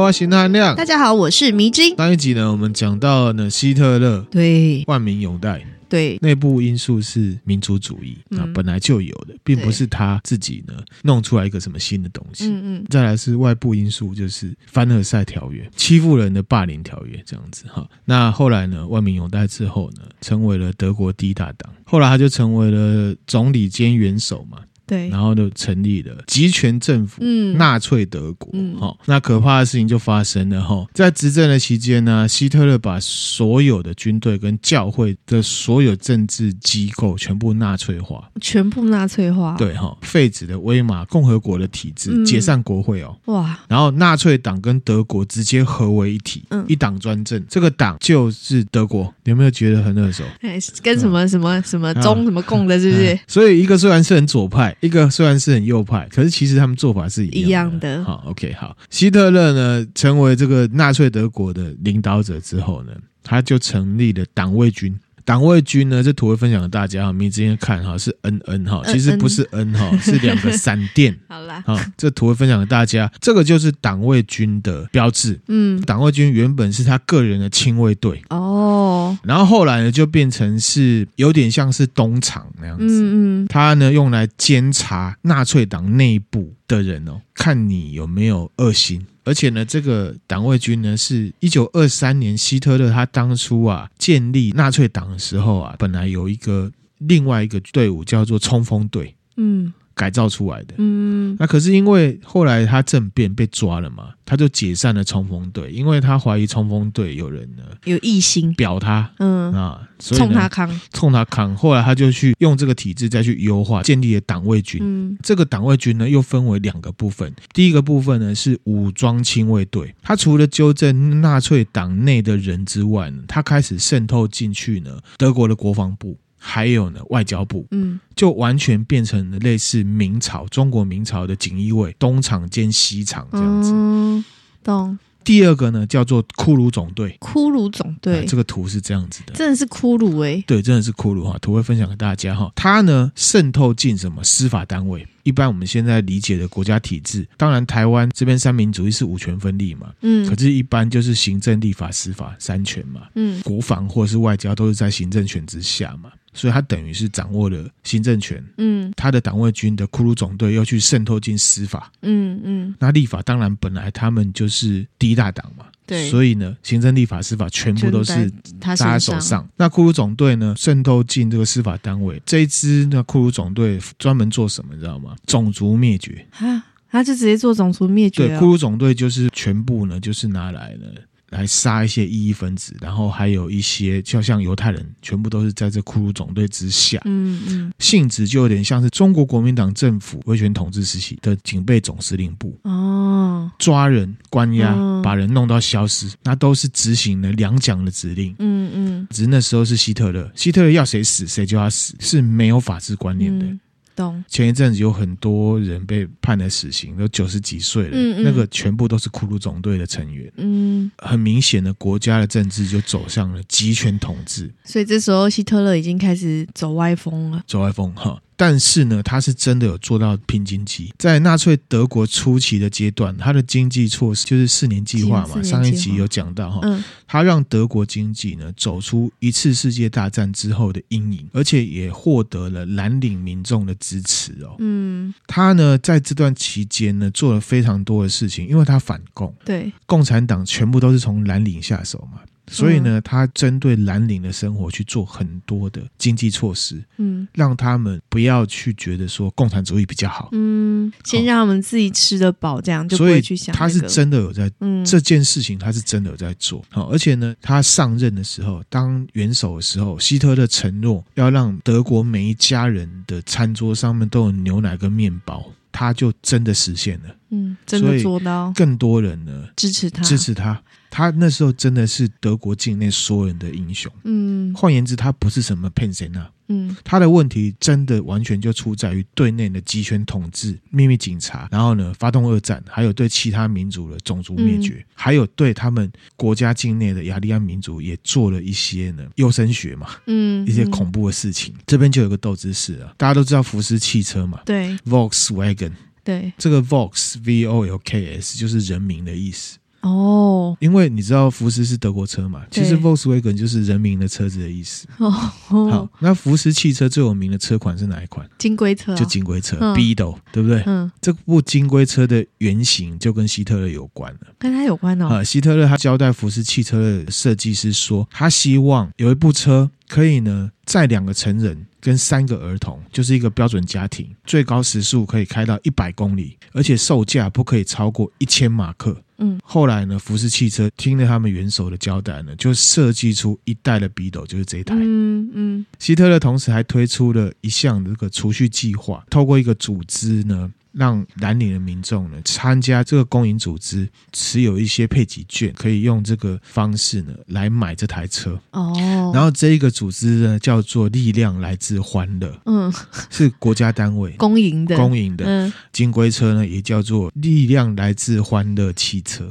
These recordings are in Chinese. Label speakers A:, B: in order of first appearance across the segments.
A: 蛙形的含量
B: 大。家好，我是迷津。
A: 上一集呢，我们讲到了希特勒
B: 对
A: 万民拥戴，
B: 对，
A: 内部因素是民族主义，
B: 嗯
A: 那本来就有的，并不是他自己呢弄出来一个什么新的东西。
B: 嗯嗯，
A: 再来是外部因素，就是凡尔赛条约、欺负人的霸凌条约这样子哈。那后来呢，万民拥戴之后呢，成为了德国第一大党。后来他就成为了总理兼元首嘛，
B: 对，
A: 然后就成立了集权政府，
B: 嗯
A: 纳粹德国。
B: 嗯
A: 哈、那可怕的事情就发生了哈、在执政的期间呢，希特勒把所有的军队跟教会的所有政治机构全部纳粹化，
B: 全部纳粹化。，
A: 对哈、废止了威玛共和国的体制，
B: 嗯
A: 解散国会哦。
B: 哇，
A: 然后纳粹党跟德国直接合为一体，
B: 嗯
A: 一党专政。这个党就是德国，你有没有觉得很耳熟？
B: 哎，跟什么什么什么
A: 啊
B: 中什么共的，是不是
A: 嗯？所以一个虽然是很左派，一个虽然是很右派，可是其实他们做法是一样
B: 一样的
A: 好，OK，好。希特勒呢，成为这个纳粹德国的领导者之后呢，他就成立了党卫军。党卫军呢，这图会分享给大家哈，你们之前看哈是 N N 哈，其实不是 N 哈，是两个闪电
B: 好啦，
A: 哈。这图会分享给大家，这个就是党卫军的标志。
B: 嗯，
A: 党卫军原本是他个人的亲卫队，
B: 哦，
A: 然后后来呢就变成是有点像是东厂那样子。
B: 嗯嗯，
A: 它呢用来监察纳粹党内部的人哦，看你有没有恶行。而且呢，这个党卫军呢，是一九二三年希特勒他当初啊建立纳粹党的时候啊，本来有一个另外一个队伍叫做冲锋队
B: 嗯
A: 改造出来的。
B: 嗯，
A: 那可是因为后来他政变被抓了嘛，他就解散了冲锋队，因为他怀疑冲锋队有人呢
B: 有异心，
A: 表他
B: 嗯，
A: 啊，所以呢
B: 冲他康，
A: 冲他扛。后来他就去用这个体制再去优化，建立了党卫军。
B: 嗯
A: 这个党卫军呢，又分为两个部分。第一个部分呢是武装亲卫队，它除了纠正纳粹党内的人之外呢，它开始渗透进去呢德国的国防部，还有呢外交部，
B: 嗯
A: 就完全变成了类似明朝中国明朝的锦衣卫，东厂兼西厂这样子。
B: 嗯，懂。
A: 第二个呢叫做骷髅总队，
B: 骷髅总
A: 啊
B: 队
A: 这个图是这样子的。
B: 真的是骷髅哎，
A: 对，真的是骷髅哈，图会分享给大家哈。它呢渗透进什么司法单位？一般我们现在理解的国家体制，当然台湾这边三民主义是五权分立嘛，
B: 嗯
A: 可是，一般就是行政、立法、司法三权嘛，
B: 嗯
A: 国防或是外交都是在行政权之下嘛，所以它等于是掌握了行政权。
B: 嗯
A: 他的党卫军的骷髅总队又去渗透进司法，
B: 嗯嗯，
A: 那立法当然本来他们就是第一大党嘛，
B: 对
A: 所以呢，行政、立法、司法全部都是
B: 他
A: 在他
B: 身
A: 手上。那骷髅总队呢，渗透进这个司法单位。这一支那骷髅总队专门做什么，你知道吗？种族灭绝。
B: 啊，他就直接做种族灭
A: 对
B: 绝，
A: 骷
B: 哦，
A: 髅总队就是全部呢，就是拿来呢。来杀一些异议分子，然后还有一些就像犹太人，全部都是在这骷髅总队之下，
B: 嗯嗯。
A: 性质就有点像是中国国民党政府威权统治时期的警备总司令部，
B: 哦，
A: 抓人、关押，
B: 嗯
A: 把人弄到消失，那都是执行了两蒋的指令。
B: 嗯嗯，
A: 只是那时候是希特勒，希特勒要谁死谁就要死，是没有法治观念的。
B: 嗯懂，
A: 前一阵子有很多人被判了死刑，都九十几岁了，
B: 嗯嗯
A: 那个全部都是骷髅总队的成员。
B: 嗯，
A: 很明显的，国家的政治就走向了集权统治，
B: 所以这时候希特勒已经开始走歪风了，
A: 走外风哈。但是呢，他是真的有做到拼经济。在纳粹德国初期的阶段，他的经济措施就是四年计划嘛，
B: 四年计划
A: 上一集有讲到哈，
B: 嗯
A: 它让德国经济呢走出一次世界大战之后的阴影，而且也获得了蓝领民众的支持哦。
B: 嗯，
A: 他呢在这段期间呢做了非常多的事情，因为他反共，
B: 对，
A: 共产党全部都是从蓝领下手嘛，所以
B: 嗯
A: 呢他针对蓝领的生活去做很多的经济措施，
B: 嗯
A: 让他们不要去觉得说共产主义比较好，
B: 嗯，先让他们自己吃得饱，这样就不
A: 所以
B: 会去想、那
A: 他是
B: 个，
A: 真的有在
B: 嗯，
A: 这件事情他是真的有在做，好，而且呢，他上任的时候，当元首的时候，希特勒承诺要让德国每一家人的餐桌上面都有牛奶跟面包，他就真的实现了，
B: 嗯，真
A: 所
B: 的
A: 以
B: 做到
A: 更多人呢
B: 支持他，
A: 支，持他，他那时候真的是德国境内所有人的英雄。
B: 嗯
A: 换言之，他不是什么骗谁呢？
B: 嗯
A: 他的问题真的完全就出在于对内的集权统治、秘密警察，然后呢发动二战，还有对其他民族的种族灭
B: 嗯
A: 绝，还有对他们国家境内的雅利安民族也做了一些呢优生学嘛，
B: 嗯，
A: 一些
B: 嗯
A: 恐怖的事情。这边就有个斗知识啊，大家都知道福斯汽车嘛
B: 对
A: ，Volkswagen，
B: 对
A: 这个 Volks V O L K S 就是人民的意思。
B: 哦
A: 因为你知道福斯是德国车嘛，其实
B: 对
A: Volkswagen 就是人民的车子的意思。
B: 哦
A: 好
B: 哦，，
A: 那福斯汽车最有名的车款是哪一款？
B: 金龟车啊
A: 就金龟车、
B: 嗯
A: Beetle，对不对？
B: 嗯，
A: 这部金龟车的原型就跟希特勒有关了。
B: 跟它有关哦。
A: 啊，希特勒他交代福斯汽车的设计师说，他希望有一部车可以呢载两个成人跟三个儿童，就是一个标准家庭，最高时速可以开到一百公里，而且售价不可以超过一千马克。
B: 嗯，
A: 后来呢，福斯汽车听了他们元首的交代呢，就设计出一代的 b e 就是这一台。
B: 嗯嗯
A: 希特勒同时还推出了一项这个储蓄计划，透过一个组织呢，让蓝领的民众呢参加这个公营组织，持有一些配给券，可以用这个方式呢来买这台车。
B: 哦，
A: 然后这一个组织呢叫做“力量来自欢乐
B: 嗯，”，
A: 是国家单位。
B: 公营的，
A: 公营的
B: 嗯，
A: 金龟车呢，也叫做“力量来自欢乐汽车”。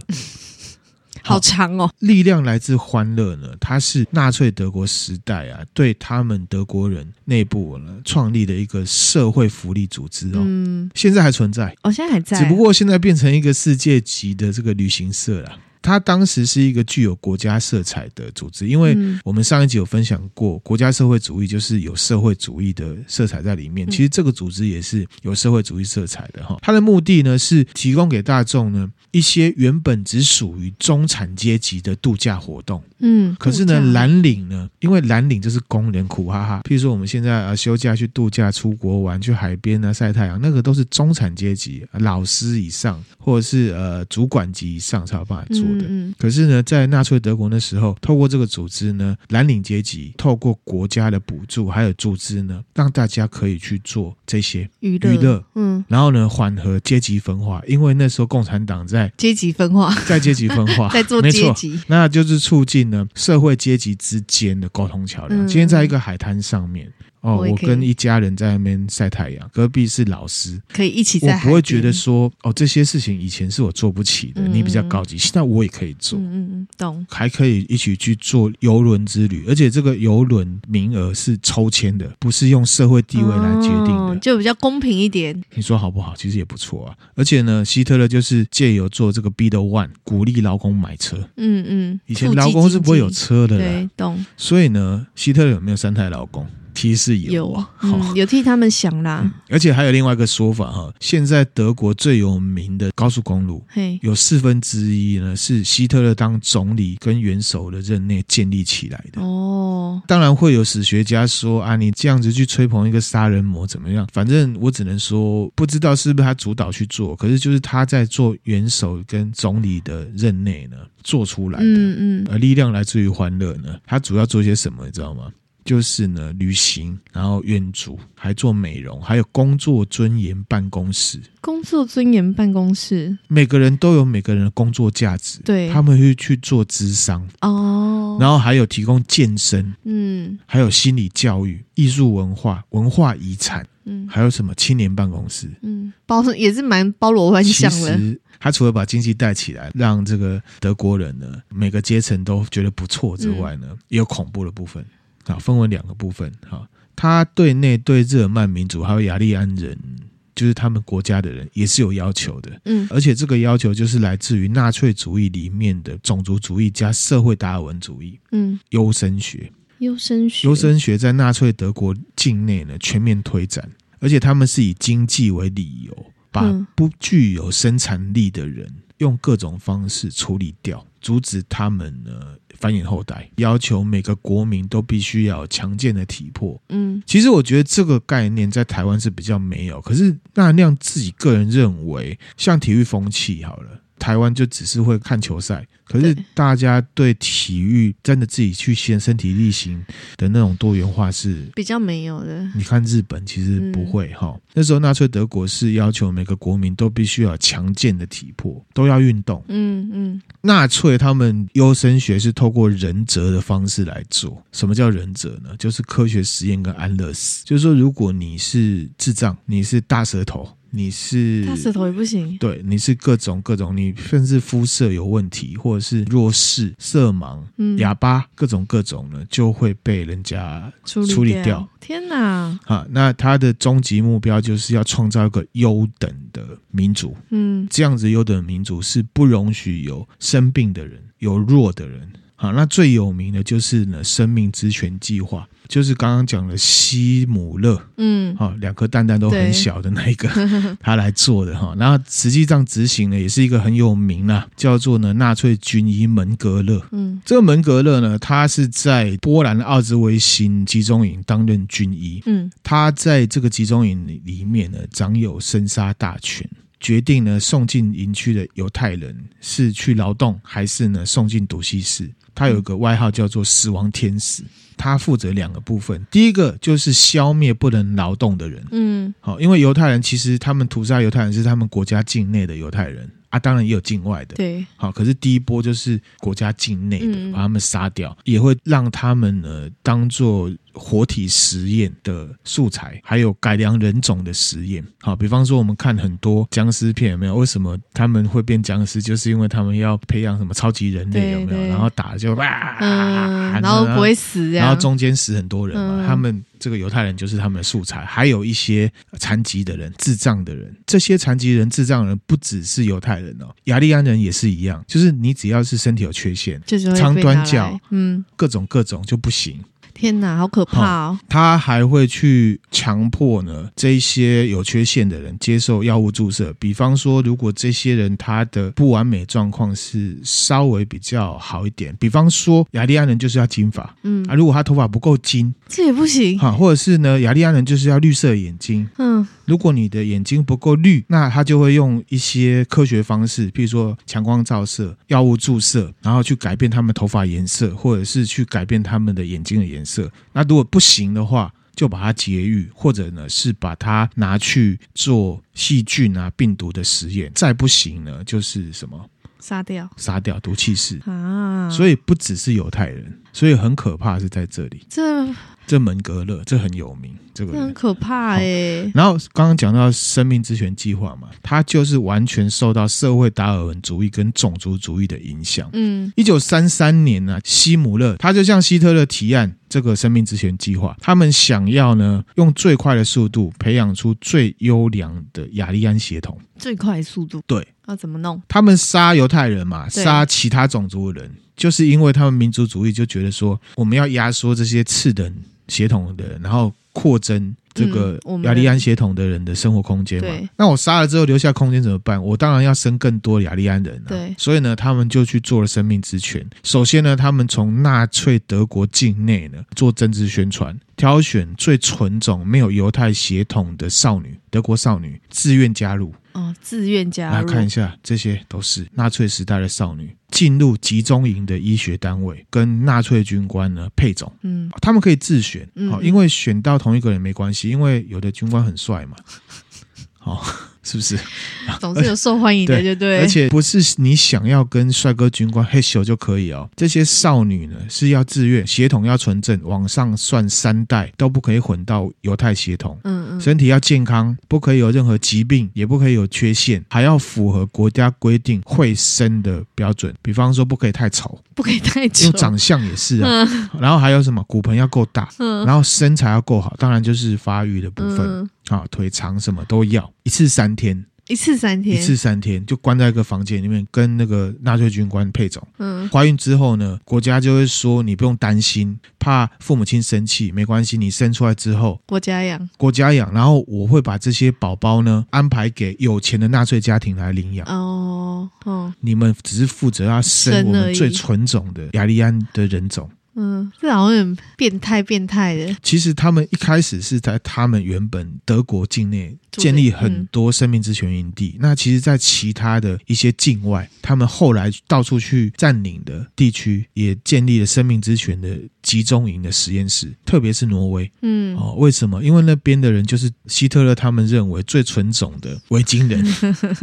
B: 好长哦。
A: 力量来自欢乐呢，它是纳粹德国时代啊，对他们德国人内部呢创立的一个社会福利组织哦，
B: 嗯，
A: 现在还存在，
B: 哦，现在还在啊，
A: 只不过现在变成一个世界级的这个旅行社了。它当时是一个具有国家色彩的组织，因为
B: 嗯
A: 我们上一集有分享过，国家社会主义就是有社会主义的色彩在里面。
B: 嗯
A: 其实这个组织也是有社会主义色彩的哈。它的目的呢是提供给大众呢一些原本只属于中产阶级的度假活动。
B: 嗯，
A: 可是呢，
B: 度假
A: 蓝领呢，因为蓝领就是工人苦哈哈。譬如说我们现在呃休假去度假、出国玩、去海边啊晒太阳，那个都是中产阶级、呃老师以上或者是呃主管级以上才有办法做的。
B: 嗯嗯
A: 可是呢，在纳粹德国那时候，透过这个组织呢，蓝领阶级透过国家的补助还有组织呢，让大家可以去做这些，
B: 娱乐
A: 娱乐，
B: 嗯，
A: 然后呢，缓和阶级分化，因为那时候共产党 在
B: 阶级分化，，
A: 在阶级分化
B: 在做
A: 啊没
B: 阶
A: 错。
B: 级，
A: 那就是促进呢社会阶级之间的沟通桥梁。
B: 嗯
A: 今天在一个海滩上面，哦，
B: 我也
A: 我
B: 可以
A: 跟一家人在那边晒太阳，隔壁是老师，
B: 可以一起
A: 我
B: 在海边，
A: 不会觉得说，哦，这些事情以前是我做不起的，
B: 嗯
A: 你比较高级，现在我也可以做。
B: 嗯嗯嗯，懂，
A: 还可以一起去做游轮之旅，而且这个游轮名额是抽签的，不是用社会地位来决定的。
B: 哦就比较公平一点。
A: 你说好不好？其实也不错啊。而且呢，希特勒就是借由做这个 B 的 One，鼓励劳工买车。
B: 嗯嗯，
A: 以前
B: 促进
A: 劳工是不会有
B: 经济
A: 车的啦，
B: 对，懂
A: 所以呢，希特勒有没有三胎老公？其实有
B: 有
A: 啊，，好、嗯
B: 嗯，有替他们想啦，
A: 而且还有另外一个说法哈，现在德国最有名的高速公路。
B: 嘿，
A: 有四分之一呢是希特勒当总理跟元首的任内建立起来的。
B: 哦，
A: 当然会有史学家说啊，你这样子去吹捧一个杀人魔怎么样？反正我只能说，不知道是不是他主导去做，可是就是他在做元首跟总理的任内呢做出来的。
B: 嗯嗯，
A: 而力量来自于欢乐呢？它主要做些什么，你知道吗？就是呢，旅行，然后愿主，还做美容，还有工作尊严办公室。
B: 工作尊严办公室，
A: 每个人都有每个人的工作价值，
B: 对
A: 他们会去做智商，
B: 哦，
A: 然后还有提供健身，
B: 嗯
A: 还有心理教育、艺术文化、文化遗产，
B: 嗯
A: 还有什么青年办公室。
B: 嗯，包也是蛮包罗万
A: 其
B: 象了，
A: 实他除了把经济带起来，让这个德国人呢每个阶层都觉得不错之外呢，也有恐怖的部分啊，分为两个部分哈。他对内对日耳曼民族还有雅利安人，就是他们国家的人，也是有要求的。
B: 嗯
A: 而且这个要求就是来自于纳粹主义里面的种族主义加社会达尔文主义、
B: 嗯，
A: 优生学。
B: 优生学，
A: 优生学在纳粹德国境内呢全面推展，而且他们是以经济为理由，把
B: 嗯
A: 不具有生产力的人用各种方式处理掉，阻止他们呢繁衍后代，要求每个国民都必须要有强健的体魄。
B: 嗯
A: 其实我觉得这个概念在台湾是比较没有，可是那亮自己个人认为，像体育风气好了。台湾就只是会看球赛，可是
B: 对
A: 大家对体育真的自己去先身体力行的那种多元化是，
B: 比较没有的，
A: 你看日本其实不会哈、那时候纳粹德国是要求每个国民都必须要有强健的体魄，都要运动。
B: 嗯嗯，
A: 纳粹他们优生学是透过人哲的方式来做。什么叫人哲呢？就是科学实验跟安乐死。就是说，如果你是智障，你是大舌头，你是
B: 大舌头也不行，
A: 对，你是各种各种，你甚至肤色有问题，或者是弱视、色盲、
B: 嗯，
A: 哑巴，各种各种呢，就会被人家
B: 处理
A: 处理掉。
B: 天哪，
A: 啊。那他的终极目标就是要创造一个优等的民族，
B: 嗯
A: 这样子优等的民族是不容许有生病的人、有弱的人。好，那最有名的就是呢，生命之泉计划，就是刚刚讲的西姆勒。
B: 嗯，
A: 哈、两颗蛋蛋都很
B: 对
A: 小的那一个，他来做的哈、然后实际上执行呢，也是一个很有名啦、叫做呢纳粹军医门格勒。
B: 嗯
A: 这个门格勒呢，他是在波兰的奥兹威辛集中营担任军医，
B: 嗯
A: 他在这个集中营里里面呢，掌有生杀大权。决定呢送进营区的犹太人是去劳动，还是呢送进毒气室？他有一个外号叫做“死亡天使”，他负责两个部分，第一个就是消灭不能劳动的人，
B: 嗯
A: 好，因为犹太人其实他们屠杀犹太人是他们国家境内的犹太人啊，当然也有境外的。
B: 对，
A: 好，可是第一波就是国家境内的，
B: 嗯
A: 把他们杀掉，也会让他们呢当做活体实验的素材，还有改良人种的实验。好，比方说我们看很多僵尸片，有没有？为什么他们会变僵尸？就是因为他们要培养什么超级人类，
B: 对
A: 有没有？
B: 对
A: 然后打就哇，啊
B: 嗯，然后不会死这样，
A: 然后中间死很多人嘛，
B: 嗯
A: 他们这个犹太人就是他们的素材，还有一些残疾的人、智障的人。这些残疾人、智障人不只是犹太人哦，雅利安人也是一样，就是你只要是身体有缺陷，
B: 就是会被
A: 长短
B: 拿来
A: 脚，
B: 嗯，
A: 各种各种就不行。
B: 天哪，好可怕哦，
A: 他还会去强迫呢这一些有缺陷的人接受药物注射。比方说，如果这些人他的不完美状况是稍微比较好一点，比方说雅利安人就是要金发
B: 嗯
A: 啊，，如果他头发不够金，
B: 这也不行，
A: 哈，或者是呢，雅利安人就是要绿色眼睛。
B: 嗯
A: 如果你的眼睛不够绿，那他就会用一些科学方式，譬如说强光照射、药物注射，然后去改变他们头发颜色，或者是去改变他们的眼睛的颜色。那如果不行的话，就把它节育，或者呢是把它拿去做细菌啊、病毒的实验。再不行呢，就是什么
B: 杀掉
A: 杀掉毒气室。
B: 啊，
A: 所
B: 以
A: 以不只是犹太人，所以很可怕是在这里。
B: 这
A: 这门格勒，这很有名，这个
B: 这
A: 人
B: 很可怕哎，
A: 然后刚刚讲到生命之泉计划嘛，它就是完全受到社会达尔文主义跟种族主义的影响。
B: 嗯
A: 一九三三年呢、希姆勒他就向希特勒提案这个生命之泉计划，他们想要呢用最快的速度培养出最优良的雅利安血统。
B: 最快速度
A: 对
B: 要怎么弄？
A: 他们杀犹太人嘛，
B: 对
A: 杀其他种族的人，就是因为他们民族主义就觉得说，我们要压缩这些次等血统的人，然后扩增这个
B: 嗯我们的
A: 雅利安血统的人的生活空间嘛。
B: 对
A: 那我杀了之后留下空间怎么办？我当然要生更多雅利安人啊。
B: 对
A: 所以呢，他们就去做了生命之泉。首先呢，他们从纳粹德国境内呢做政治宣传，挑选最纯种、没有犹太血统的少女，德国少女自愿加入。
B: 哦，自愿加
A: 来
B: 入，
A: 看一下，这些都是纳粹时代的少女进入集中营的医学单位，跟纳粹军官呢配种。
B: 嗯
A: 他们可以自选，
B: 嗯
A: 好、
B: 嗯
A: 因为选到同一个人没关系，因为有的军官很帅 嘛，好、是不是？
B: 总是有受欢迎的，
A: 对
B: 就对，
A: 而且不是你想要跟帅哥军官嘿咻就可以哦。这些少女呢是要自愿，血统要纯正，往上算三代都不可以混到犹太血统。
B: 嗯嗯，
A: 身体要健康，不可以有任何疾病，也不可以有缺陷，还要符合国家规定会生的标准。比方说，不可以太丑，
B: 不可以太
A: 因
B: 久，
A: 为长相也是啊。
B: 嗯
A: 然后还有什么骨盆要够大，
B: 嗯
A: 然后身材要够好，当然就是发育的部分
B: 嗯，
A: 啊，腿长什么都要。一次三天，
B: 一次三
A: 一
B: 天，
A: 次三天就关在一个房间里面，跟那个纳粹军官配种。
B: 嗯
A: 怀孕之后呢，国家就会说你不用担心，怕父母亲生气，没关系，你生出来之后
B: 国家养，
A: 国家养，然后我会把这些宝宝呢安排给有钱的纳粹家庭来领养。
B: 哦哦
A: 你们只是负责要啊生
B: 生
A: 我
B: 而
A: 们
B: 已
A: 最纯种的雅利安的人种。
B: 嗯，这好像有点变态变态的，
A: 其实他们一开始是在他们原本德国境内
B: 住的
A: 建立很多生命之泉营地，那其实，在其他的一些境外，他们后来到处去占领的地区，也建立了生命之泉的集中营的实验室，特别是挪威。
B: 嗯
A: 哦，为什么？因为那边的人就是希特勒他们认为最纯种的维 京人，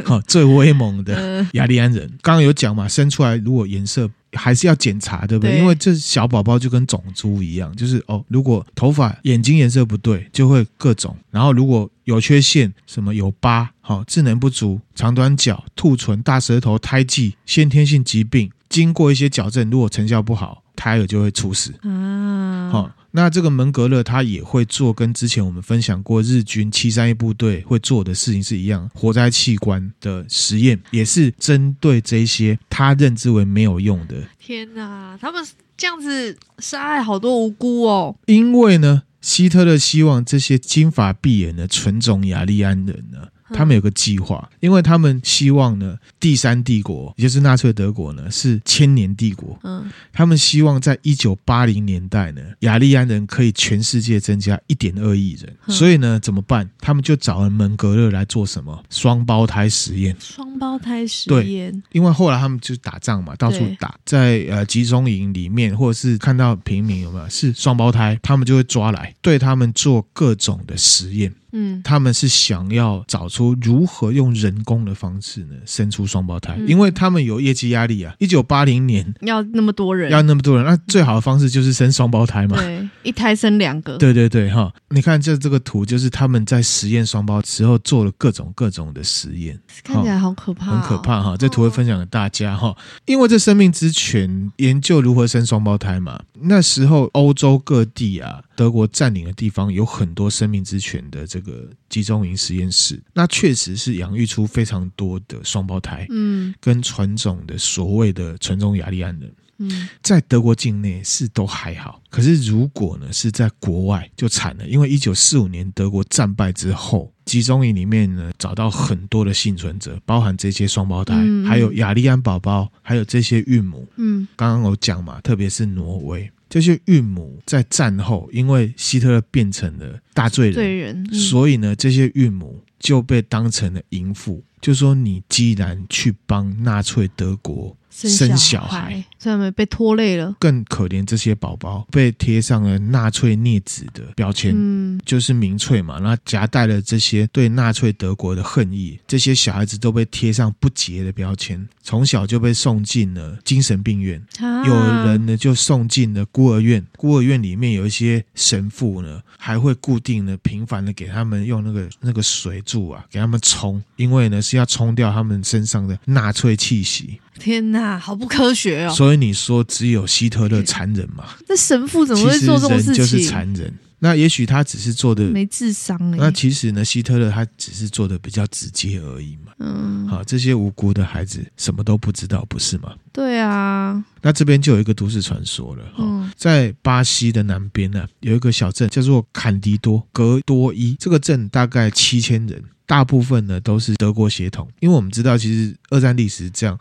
A: 哈、最威猛的
B: 嗯
A: 雅利安人。刚刚有讲嘛，生出来如果颜色还是要检查，对不对？
B: 对
A: 因为这小宝宝就跟种猪一样，就是哦，如果头发、眼睛颜色不对，就会各种。然后如果有缺陷，什么有疤、好、智能不足、长短脚、兔唇、大舌头、胎记、先天性疾病，经过一些矫正，如果成效不好，胎儿就会猝死。
B: 啊，
A: 好、那这个门格勒他也会做跟之前我们分享过日军七三一部队会做的事情是一样，活摘器官的实验也是针对这些他认知为没有用的，
B: 天哪，他们这样子杀害好多无辜哦，
A: 因为呢，希特勒希望这些金发碧眼的纯种雅利安人呢。
B: 嗯
A: 他们有个计划，因为他们希望呢，第三帝国，也就是纳粹德国呢，是千年帝国。
B: 嗯，
A: 他们希望在一九八零年代呢，雅利安人可以全世界增加一点二亿人。
B: 嗯
A: 所以呢，怎么办？他们就找了门格勒来做什么？双胞胎实验。
B: 双胞胎实
A: 对
B: 验，
A: 因为后来他们就打仗嘛，到处
B: 对
A: 打，在呃集中营里面，或者是看到平民有没有是双胞胎，他们就会抓来，对他们做各种的实验。
B: 嗯，
A: 他们是想要找出如何用人工的方式呢生出双胞胎，
B: 嗯
A: 因为他们有业绩压力啊。一九八零年
B: 要那么多人，
A: 要那么多人，那最好的方式就是生双胞胎嘛。
B: 对，一胎生两个，
A: 对对对，哈，你看这这个图，就是他们在实验双胞时候做了各种各种的实验，
B: 看起来好可怕、哦
A: 哦很可。怕哈。这图会分享给大家哈，因为这生命之泉研究如何生双胞胎嘛，那时候欧洲各地啊，德国占领的地方有很多生命之泉的这个集中营实验室，那确实是养育出非常多的双胞胎
B: 嗯
A: 跟纯种的所谓的纯种雅利安人。
B: 嗯，
A: 在德国境内是都还好，可是如果呢是在国外就惨了，因为一九四五年德国战败之后，集中营里面呢找到很多的幸存者，包含这些双胞胎，
B: 嗯嗯
A: 还有雅利安宝宝，还有这些孕母。
B: 嗯
A: 刚刚我讲嘛，特别是挪威这些孕母在战后，因为希特勒变成了大罪人，
B: 罪人，嗯
A: 所以呢，这些孕母就被当成了淫妇，就说你既然去帮纳粹德国生小孩
B: 孩，虽然没被拖累了，
A: 更可怜这些宝宝被贴上了纳粹孽子的标签。
B: 嗯
A: 就是民粹嘛，那夹带了这些对纳粹德国的恨意，这些小孩子都被贴上不洁的标签，从小就被送进了精神病院，
B: 啊，
A: 有人呢就送进了孤儿院，孤儿院里面有一些神父呢，还会固定的、频繁的给他们用那个那个水柱啊，给他们冲，因为呢是要冲掉他们身上的纳粹气息。
B: 天哪，好不科学哦！
A: 所以你说只有希特勒残忍吗？
B: 那神父怎
A: 其
B: 么会
A: 实
B: 做这种事
A: 人就是
B: 情？
A: 残忍。那也许他只是做的，
B: 没智商
A: 那
B: 哎、
A: 其实呢，希特勒他只是做的比较直接而已嘛。
B: 嗯，
A: 好，这些无辜的孩子什么都不知道，不是吗？
B: 对啊，
A: 那这边就有一个都市传说了，哈、
B: 嗯
A: 在巴西的南边呢、有一个小镇叫做坎迪多格多伊，这个镇大概七千人，大部分呢都是德国血统，因为我们知道其实二战历史是这样，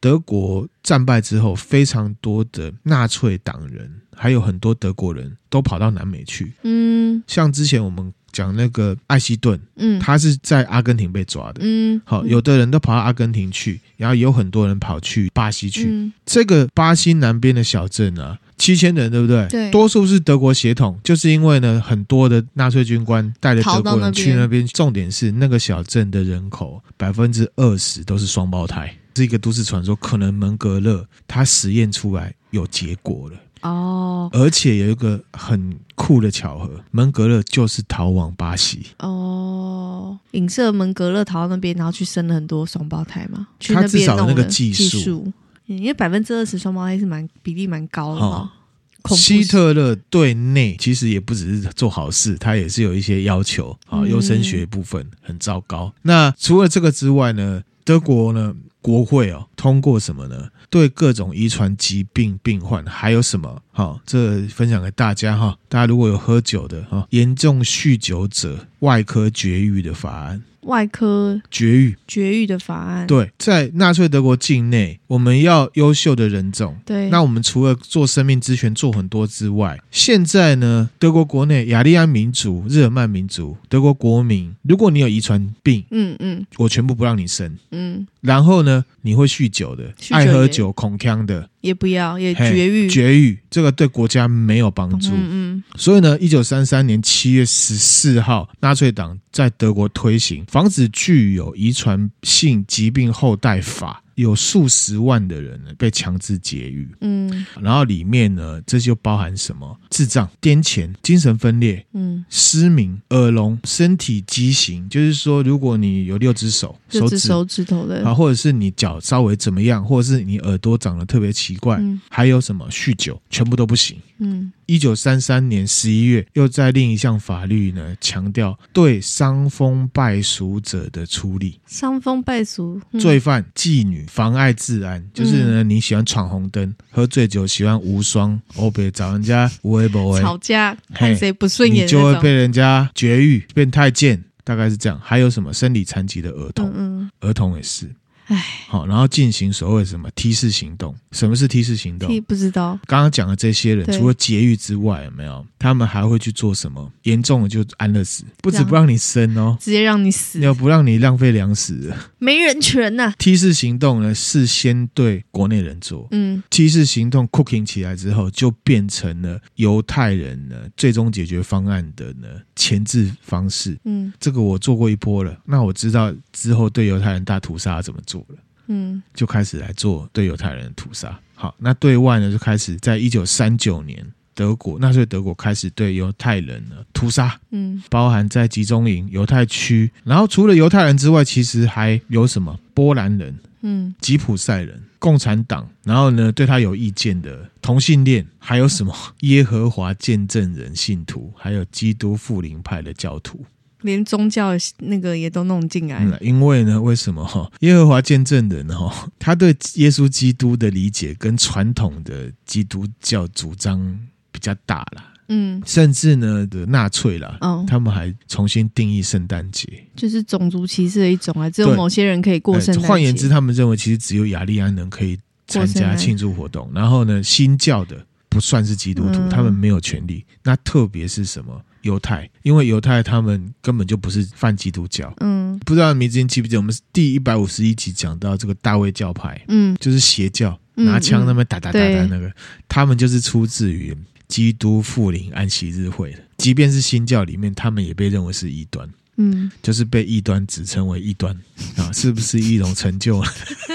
A: 德国战败之后，非常多的纳粹党人还有很多德国人都跑到南美去，
B: 嗯
A: 像之前我们讲那个艾希顿，
B: 嗯
A: 他是在阿根廷被抓的。
B: 嗯，
A: 好，有的人都跑到阿根廷去，然后有很多人跑去巴西去。
B: 嗯
A: 这个巴西南边的小镇啊，七千人，对不对？
B: 对
A: 多数是德国血统，就是因为呢，很多的纳粹军官带着德
B: 逃到
A: 国
B: 那
A: 人
B: 边
A: 去那边。重点是那个小镇的人口百分之二十都是双胞胎，这个都市传说，可能门格勒他实验出来有结果了。
B: 哦
A: 而且有一个很酷的巧合，门格勒就是逃往巴西，
B: 哦，影射门格勒逃到那边，然后去生了很多双胞胎嘛，去
A: 他
B: 那
A: 至
B: 边
A: 少有
B: 弄
A: 那个
B: 了
A: 技
B: 技
A: 术
B: 嗯因为百分之二十双胞胎是蛮比例蛮高的
A: 哦
B: 嘛。恐怖
A: 希特勒对内其实也不只是做好事，他也是有一些要求啊，
B: 嗯
A: 优生学部分很糟糕。那除了这个之外呢，德国呢国会哦通过什么呢？对各种遗传疾病病患还有什么？好、这分享给大家哈、大家如果有喝酒的哈、严重酗酒者外科绝育的法案，
B: 外科
A: 绝育
B: 绝育的法案，
A: 对，在纳粹德国境内，我们要优秀的人种。
B: 对，
A: 那我们除了做生命之泉做很多之外，现在呢，德国国内雅利安民族、日耳曼民族、德国国民，如果你有遗传病，
B: 嗯嗯
A: 我全部不让你生。
B: 嗯，
A: 然后呢，你会酗酒的，
B: 酗酒
A: 爱喝
B: 也
A: 酒、恐腔的，
B: 也不要，也
A: 嘿
B: 绝育，
A: 绝育，这个对国家没有帮助。
B: 嗯嗯
A: 所以呢，一九三三年七月十四号，纳粹党在德国推行《防止具有遗传性疾病后代法》。有数十万的人呢被强制劫狱，
B: 嗯
A: 然后里面呢，这就包含什么智障、癫痫、精神分裂、
B: 嗯，
A: 失明、耳聋、身体畸形，就是说，如果你有六只手，
B: 就
A: 手
B: 指
A: 指
B: 手指头的
A: 啊，，或者是你脚稍微怎么样，或者是你耳朵长得特别奇怪，
B: 嗯
A: 还有什么酗酒，全部都不行。
B: 嗯
A: 一九三三年十一月，又在另一项法律呢强调对伤风败俗者的处理。
B: 伤风败俗，嗯
A: 罪犯、妓女、妨碍治安，就是呢，你喜欢闯红灯、喝醉酒、喜欢无双、欧北找人家无为不为，
B: 吵架
A: 嘿
B: 看谁不顺
A: 你
B: 眼
A: 就会
B: 那种
A: 被，人家绝育、变太监，大概是这样。还有什么生理残疾的儿童，
B: 嗯嗯，
A: 儿童也是
B: 唉，
A: 好，然后进行所谓什么梯式行动。什么是梯式行动？
B: 替不知道，
A: 刚刚讲的这些人，
B: 对
A: 除了劫狱之外，有没有他们还会去做什么？严重的就安乐死，不止
B: 让
A: 不让你生哦，
B: 直接让你死，
A: 要不让你浪费粮食。
B: 没人权呐，
A: 梯式行动呢，是先对国内人做，
B: 嗯
A: 七式行动 cooking 起来之后，就变成了犹太人呢最终解决方案的呢前置方式。
B: 嗯
A: 这个我做过一波了，那我知道之后对犹太人大屠杀怎么做了，
B: 嗯
A: 就开始来做对犹太人的屠杀。好，那对外呢就开始在一九三九年。德国纳粹德国开始对犹太人呢屠杀，
B: 嗯
A: 包含在集中营、犹太区，然后除了犹太人之外，其实还有什么波兰人、
B: 嗯
A: 吉普赛人、共产党，然后呢对他有意见的同性恋，还有什么耶和华见证人信徒，还有基督复临派的教徒。
B: 连宗教那个也都弄进来
A: 嗯，，因为呢，为什么 哈耶和华见证人哈， 他对耶稣基督的理解跟传统的基督教主张比较大啦，
B: 嗯
A: 甚至呢的纳粹啦。
B: 哦，
A: 他们还重新定义圣诞节。
B: 就是种族歧视的一种啊，只有
A: 对
B: 某些人可以过圣诞
A: 哎
B: 节，
A: 换言之，他们认为其实只有雅利安人可以参
B: 过圣
A: 加
B: 诞
A: 庆祝活动。然后呢，新教的不算是基督徒，
B: 嗯
A: 他们没有权利。那特别是什么犹太，因为犹太他们根本就不是泛基督教。
B: 嗯
A: 不知道迷之音记不记得，我们第一百五十一集讲到这个大卫教派，
B: 嗯
A: 就是邪教，
B: 嗯
A: 拿枪那
B: 嗯
A: 边打打打打那个，他们就是出自于基督复临安息日会的。即便是新教里面，他们也被认为是异端。
B: 嗯，
A: 就是被异端指称为异端啊，是不是一种成就？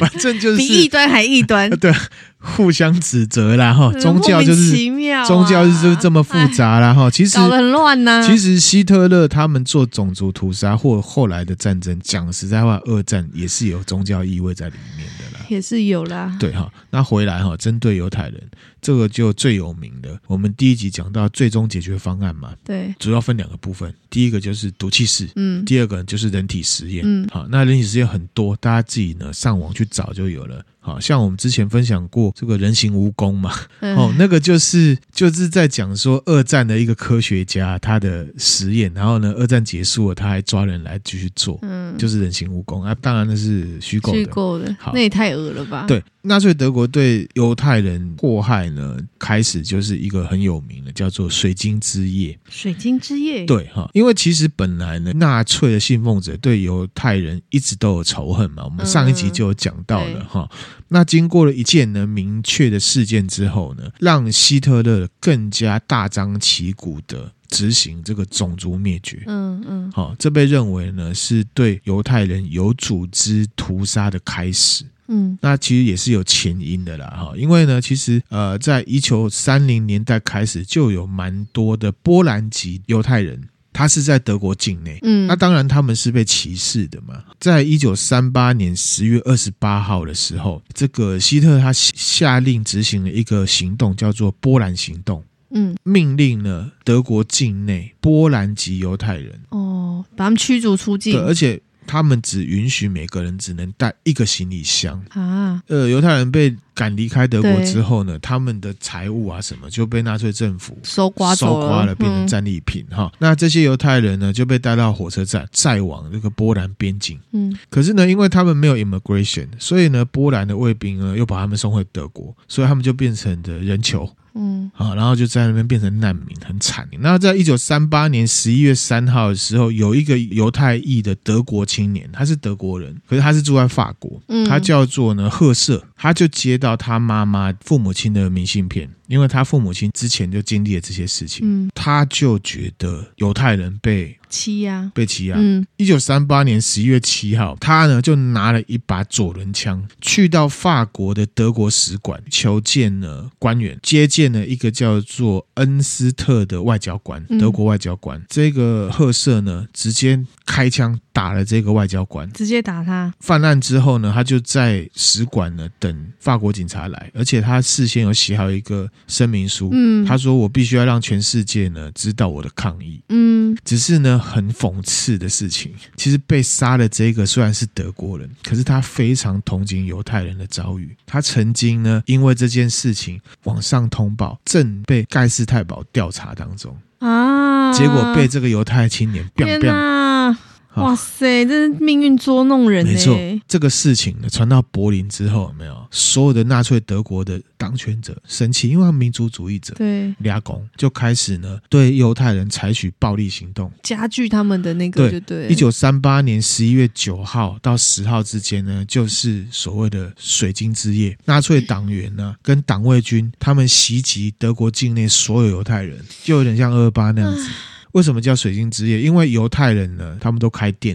A: 反正就
B: 比异
A: 是
B: 端还
A: ，
B: 异端
A: 对互相指责啦哈，
B: 嗯
A: 哦宗教就
B: 莫名
A: 是、
B: 其妙啊，
A: 宗教就是这么复杂啦哈。其实
B: 搞得很乱呐。
A: 其实希特勒他们做种族屠杀或后来的战争，讲实在话，二战也是有宗教意味在里面的啦。
B: 也是有啦，
A: 对哈，那回来哈，针对犹太人，这个就最有名的。我们第一集讲到最终解决方案嘛，
B: 对，
A: 主要分两个部分，第一个就是毒气室，
B: 嗯
A: 第二个就是人体实验。
B: 嗯
A: 好，那人体实验很多，大家自己呢上网去找就有了。好像我们之前分享过这个人形蜈蚣嘛，
B: 嗯
A: 哦，那个就是就是在讲说二战的一个科学家他的实验，然后呢，二战结束了，他还抓人来继续做，
B: 嗯，
A: 就是人形蜈蚣啊，当然那是虚构
B: 去
A: 的。
B: 过的
A: 好，
B: 那也太恶了吧？，
A: 对，纳粹德国对犹太人迫害呢，开始就是一个很有名的叫做水晶之夜。
B: 水晶之夜，，
A: 对哈，因为其实本来呢，纳粹的信奉者对犹太人一直都有仇恨嘛，我们上一集就有讲到了
B: 嗯
A: 哈、那经过了一件呢明确的事件之后呢，让希特勒更加大张旗鼓的执行这个种族灭绝。
B: 嗯嗯
A: 好、这被认为呢是对犹太人有组织屠杀的开始。
B: 嗯
A: 那其实也是有前因的啦，哈，因为呢，其实呃，在一九三零年代开始就有蛮多的波兰籍犹太人，他是在德国境内。
B: 嗯，
A: 那当然，他们是被歧视的嘛。在一九三八年十月二十八号的时候，这个希特勒他下令执行了一个行动，叫做波兰行动，
B: 嗯
A: 命令呢德国境内波兰籍犹太人，
B: 哦，把他们驱逐出境
A: 对，而且他们只允许每个人只能带一个行李箱。
B: 啊，
A: 呃，犹太人被赶离开德国之后呢，他们的财物啊什么就被纳粹政府
B: 搜刮
A: 收
B: 走
A: 刮了，变成
B: 嗯
A: 战利品哈、那这些犹太人呢，就被带到火车站，再往这个波兰边境。
B: 嗯
A: 可是呢，因为他们没有 immigration，所以呢，波兰的卫兵呢又把他们送回德国，所以他们就变成的人球
B: 嗯
A: 啊，然后就在那边变成难民，很惨。那在一九三八年十一月三号的时候，有一个犹太裔的德国青年，他是德国人，可是他是住在法国，
B: 嗯
A: 他叫做呢赫舍，他就接到他妈妈父母亲的明信片，因为他父母亲之前就经历了这些事情，
B: 嗯
A: 他就觉得犹太人被
B: 七呀、
A: 被欺压。
B: 嗯，
A: 一九三八年十一月七号，他呢就拿了一把左轮枪，去到法国的德国使馆求见呢官员，接见了一个叫做恩斯特的外交官，
B: 嗯
A: 德国外交官。这个赫舍呢，直接开枪打了这个外交官。
B: 直接打他，
A: 犯案之后呢，他就在使馆呢等法国警察来，而且他事先有写好一个声明书，
B: 嗯，
A: 他说我必须要让全世界呢知道我的抗议。
B: 嗯
A: 只是呢，很讽刺的事情，其实被杀的这个虽然是德国人，可是他非常同情犹太人的遭遇。他曾经呢，因为这件事情往上通报，正被盖世太保调查当中，
B: 啊，
A: 结果被这个犹太青年 biang
B: 天
A: biang。
B: 哪、
A: 好
B: 哇塞，这是命运捉弄人、欸，
A: 没错，这个事情呢传到柏林之后，有没有所有的纳粹德国的当权者生气，因为他们民族主义者
B: 对，
A: 俩拱就开始呢对犹太人采取暴力行动。
B: 加剧他们的那个，
A: 对
B: 就对了，
A: 一九三八年十一月九号到十号之间呢，就是所谓的水晶之夜。纳粹党员呢跟党卫军他们袭击德国境内所有犹太人，就有点像二二八那样子。为什么叫水晶之夜？因为犹太人呢，他们都开店，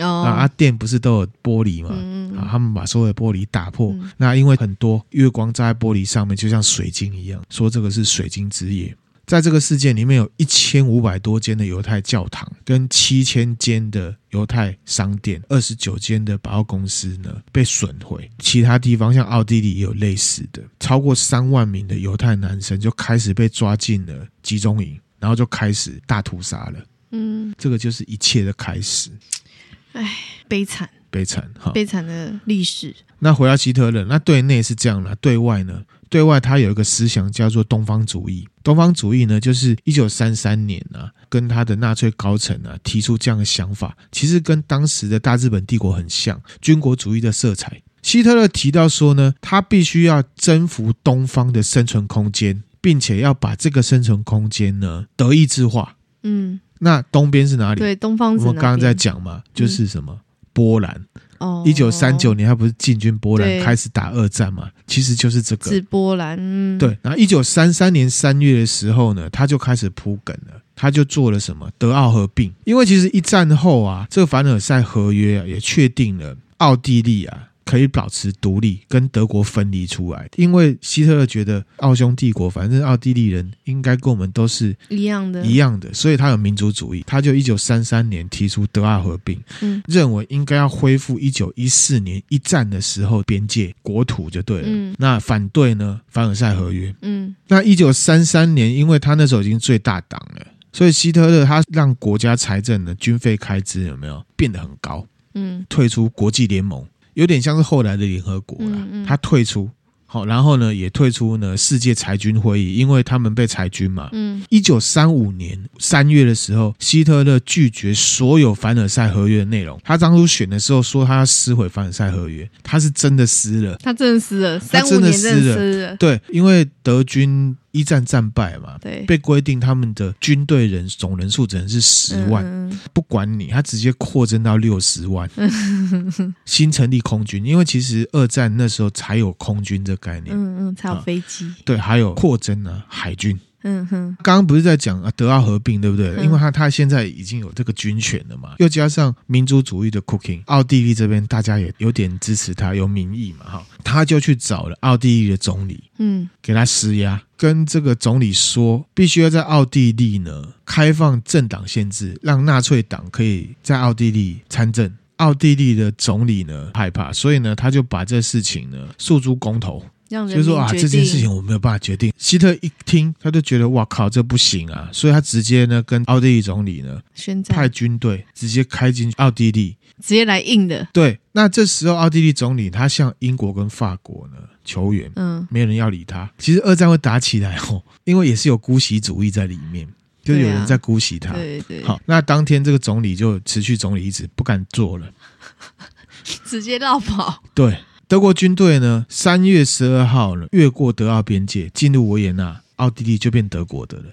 B: 哦，
A: 那啊店不是都有玻璃嘛？
B: 嗯嗯
A: 啊，他们把所有的玻璃打破，
B: 嗯
A: 那因为很多月光照在玻璃上面，就像水晶一样，说这个是水晶之夜。在这个事件里面，有一千五百多间的犹太教堂，跟七千间的犹太商店，二十九间的百货公司呢被损毁。其他地方像奥地利也有类似的，超过三万名的犹太男生就开始被抓进了集中营，然后就开始大屠杀了。
B: 嗯，
A: 这个就是一切的开始，
B: 悲惨
A: 悲惨哈。
B: 悲惨的历史，
A: 那回到希特勒，那对内是这样啦，对外呢？对外他有一个思想叫做东方主义。东方主义呢，就是一九三三年啊，跟他的纳粹高层啊提出这样的想法，其实跟当时的大日本帝国很像，军国主义的色彩。希特勒提到说呢，他必须要征服东方的生存空间，并且要把这个生存空间呢德意志化。
B: 嗯，
A: 那东边是哪里？
B: 对，东方
A: 我
B: 子
A: 们
B: 那
A: 刚刚在
B: 边嗯
A: 讲嘛，就是什么、波兰。
B: 哦，
A: 一九三九年，他不是进军波兰
B: 对
A: 开始打二战嘛？其实就是这个
B: 是。波兰，嗯，
A: 对，然后一九三三年三月的时候呢，他就开始铺梗了，他就做了什么德奥合并，因为其实一战后啊，这个凡尔赛合约啊也确定了奥地利啊。可以保持独立，跟德国分离出来，因为希特勒觉得奥匈帝国，反正奥地利人应该跟我们都是
B: 一样的，
A: 一样的，所以他有民族主义，他就一九三三年提出德奥合并，
B: 嗯
A: 认为应该要恢复一九一四年一战的时候边界国土就对了。
B: 嗯
A: 那反对呢凡尔赛合约。
B: 嗯
A: 那一九三三年，因为他那时候已经最大党了，所以希特勒他让国家财政的军费开支有没有变得很高，
B: 嗯
A: 退出国际联盟，有点像是后来的联合国啦，
B: 嗯嗯
A: 他退出。好，然后呢，也退出呢世界裁军会议，因为他们被裁军嘛，
B: 嗯，
A: 一九三五年三月的时候，希特勒拒绝所有凡尔赛合约的内容。他当初选的时候说他要撕毁凡尔赛合约，他是真的撕了。
B: 他真的撕了，
A: 他
B: 三
A: 真
B: 五
A: 的
B: 年真
A: 撕
B: 的
A: 了
B: 撕了，
A: 对，因为德军一战战败嘛，
B: 对，
A: 被规定他们的军队人总人数只能是十万，
B: 嗯，嗯
A: 不管你，他直接扩增到六十万。
B: 嗯
A: 新成立空军，因为其实二战那时候才有空军这概念，
B: 嗯嗯，才
A: 啊
B: 有飞机，
A: 对，还有扩增呢海军。
B: 嗯哼，
A: 刚刚不是在讲啊德奥合并对不对？
B: 嗯
A: 因为他他现在已经有这个军权了嘛，又加上民族主义的 cooking，奥地利这边大家也有点支持他，有民意嘛哈，他就去找了奥地利的总理
B: 嗯
A: 给他施压，跟这个总理说，必须要在奥地利呢开放政党限制，让纳粹党可以在奥地利参政。奥地利的总理呢害怕，所以呢他就把这事情呢诉诸公投，
B: 让人
A: 所以说
B: 民
A: 啊，
B: 决
A: 这件
B: 定
A: 事情我没有办法决定。希特一听，他就觉得哇靠，这不行啊，所以他直接呢跟奥地利总理呢
B: 宣战
A: 派军队直接开进奥地利。
B: 直接来硬的，
A: 对，那这时候奥地利总理他向英国跟法国呢求援，
B: 嗯，
A: 没有人要理他。其实二战会打起来哦，因为也是有姑息主义在里面，就是有
B: 对
A: 人
B: 啊
A: 在姑息他。
B: 对对，
A: 好，那当天这个总理就辞去总理一职，不敢做了。
B: 直接绕跑，
A: 对，德国军队呢，三月十二号呢，越过德奥边界，进入维也纳，奥地利就变德国的了。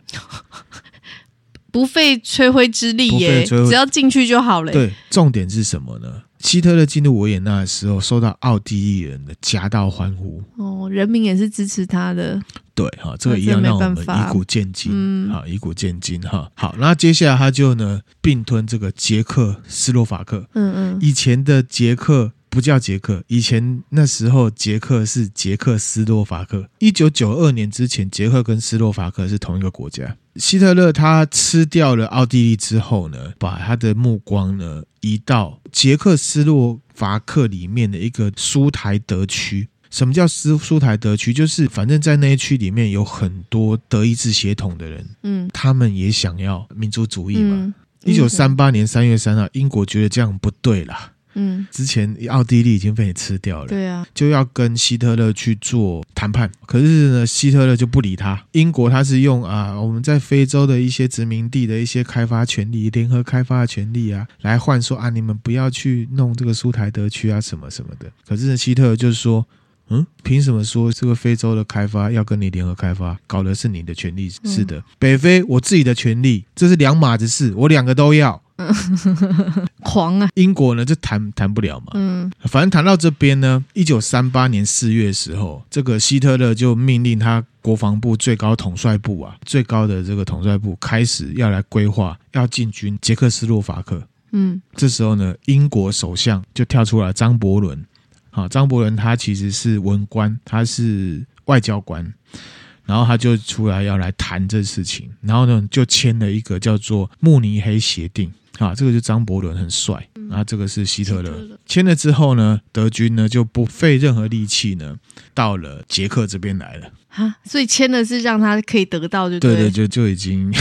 B: 不费吹灰之力
A: 不费
B: 耶，
A: 吹灰
B: 只要进去就好了。
A: 对，重点是什么呢？希特勒进入维也纳的时候，受到奥地利人的夹道欢呼。
B: 哦，人民也是支持他的，
A: 对哈，这个
B: 那
A: 一
B: 真
A: 样
B: 没
A: 让我
B: 办
A: 们
B: 法
A: 以古见今
B: 嗯
A: 啊，以古见今哈。好，那接下来他就呢并吞这个捷克斯洛伐克，
B: 嗯嗯，
A: 以前的捷克不叫捷克，以前那时候捷克是捷克斯洛伐克。一九九二年之前，捷克跟斯洛伐克是同一个国家。希特勒他吃掉了奥地利之后呢，把他的目光呢移到捷克斯洛伐克里面的一个苏台德区。什么叫苏苏台德区？就是反正在那一区里面有很多德意志血统的人，
B: 嗯
A: 他们也想要民族主义嘛。
B: 嗯，
A: 一九三八年三月三号，英国觉得这样不对啦，
B: 嗯，
A: 之前奥地利已经被你吃掉了，
B: 对啊，
A: 就要跟希特勒去做谈判。可是呢，希特勒就不理他。英国他是用啊，我们在非洲的一些殖民地的一些开发权利、联合开发的权利啊，来换说啊，你们不要去弄这个苏台德区啊，什么什么的。可是呢，希特勒就是说。嗯，凭什么说这个非洲的开发要跟你联合开发？搞的是你的权利，
B: 嗯
A: 是的，北非我自己的权利，这是两码子事，我两个都要。
B: 狂啊，
A: 英国呢，就谈谈不了嘛，
B: 嗯
A: 反正谈到这边呢，一九三八年四月的时候，这个希特勒就命令他国防部最高统帅部啊，最高的这个统帅部开始要来规划要进军捷克斯洛伐克。
B: 嗯
A: 这时候呢，英国首相就跳出来，张伯伦。好，张伯伦他其实是文官，他是外交官，然后他就出来要来谈这事情，然后呢就签了一个叫做《慕尼黑协定》啊，这个就张伯伦很帅，然后这个是希特勒
B: 希特勒。
A: 签了之后呢，德军呢就不费任何力气呢到了捷克这边来了，
B: 哈，所以签的是让他可以得到就
A: 对
B: 对
A: 对，，就就已经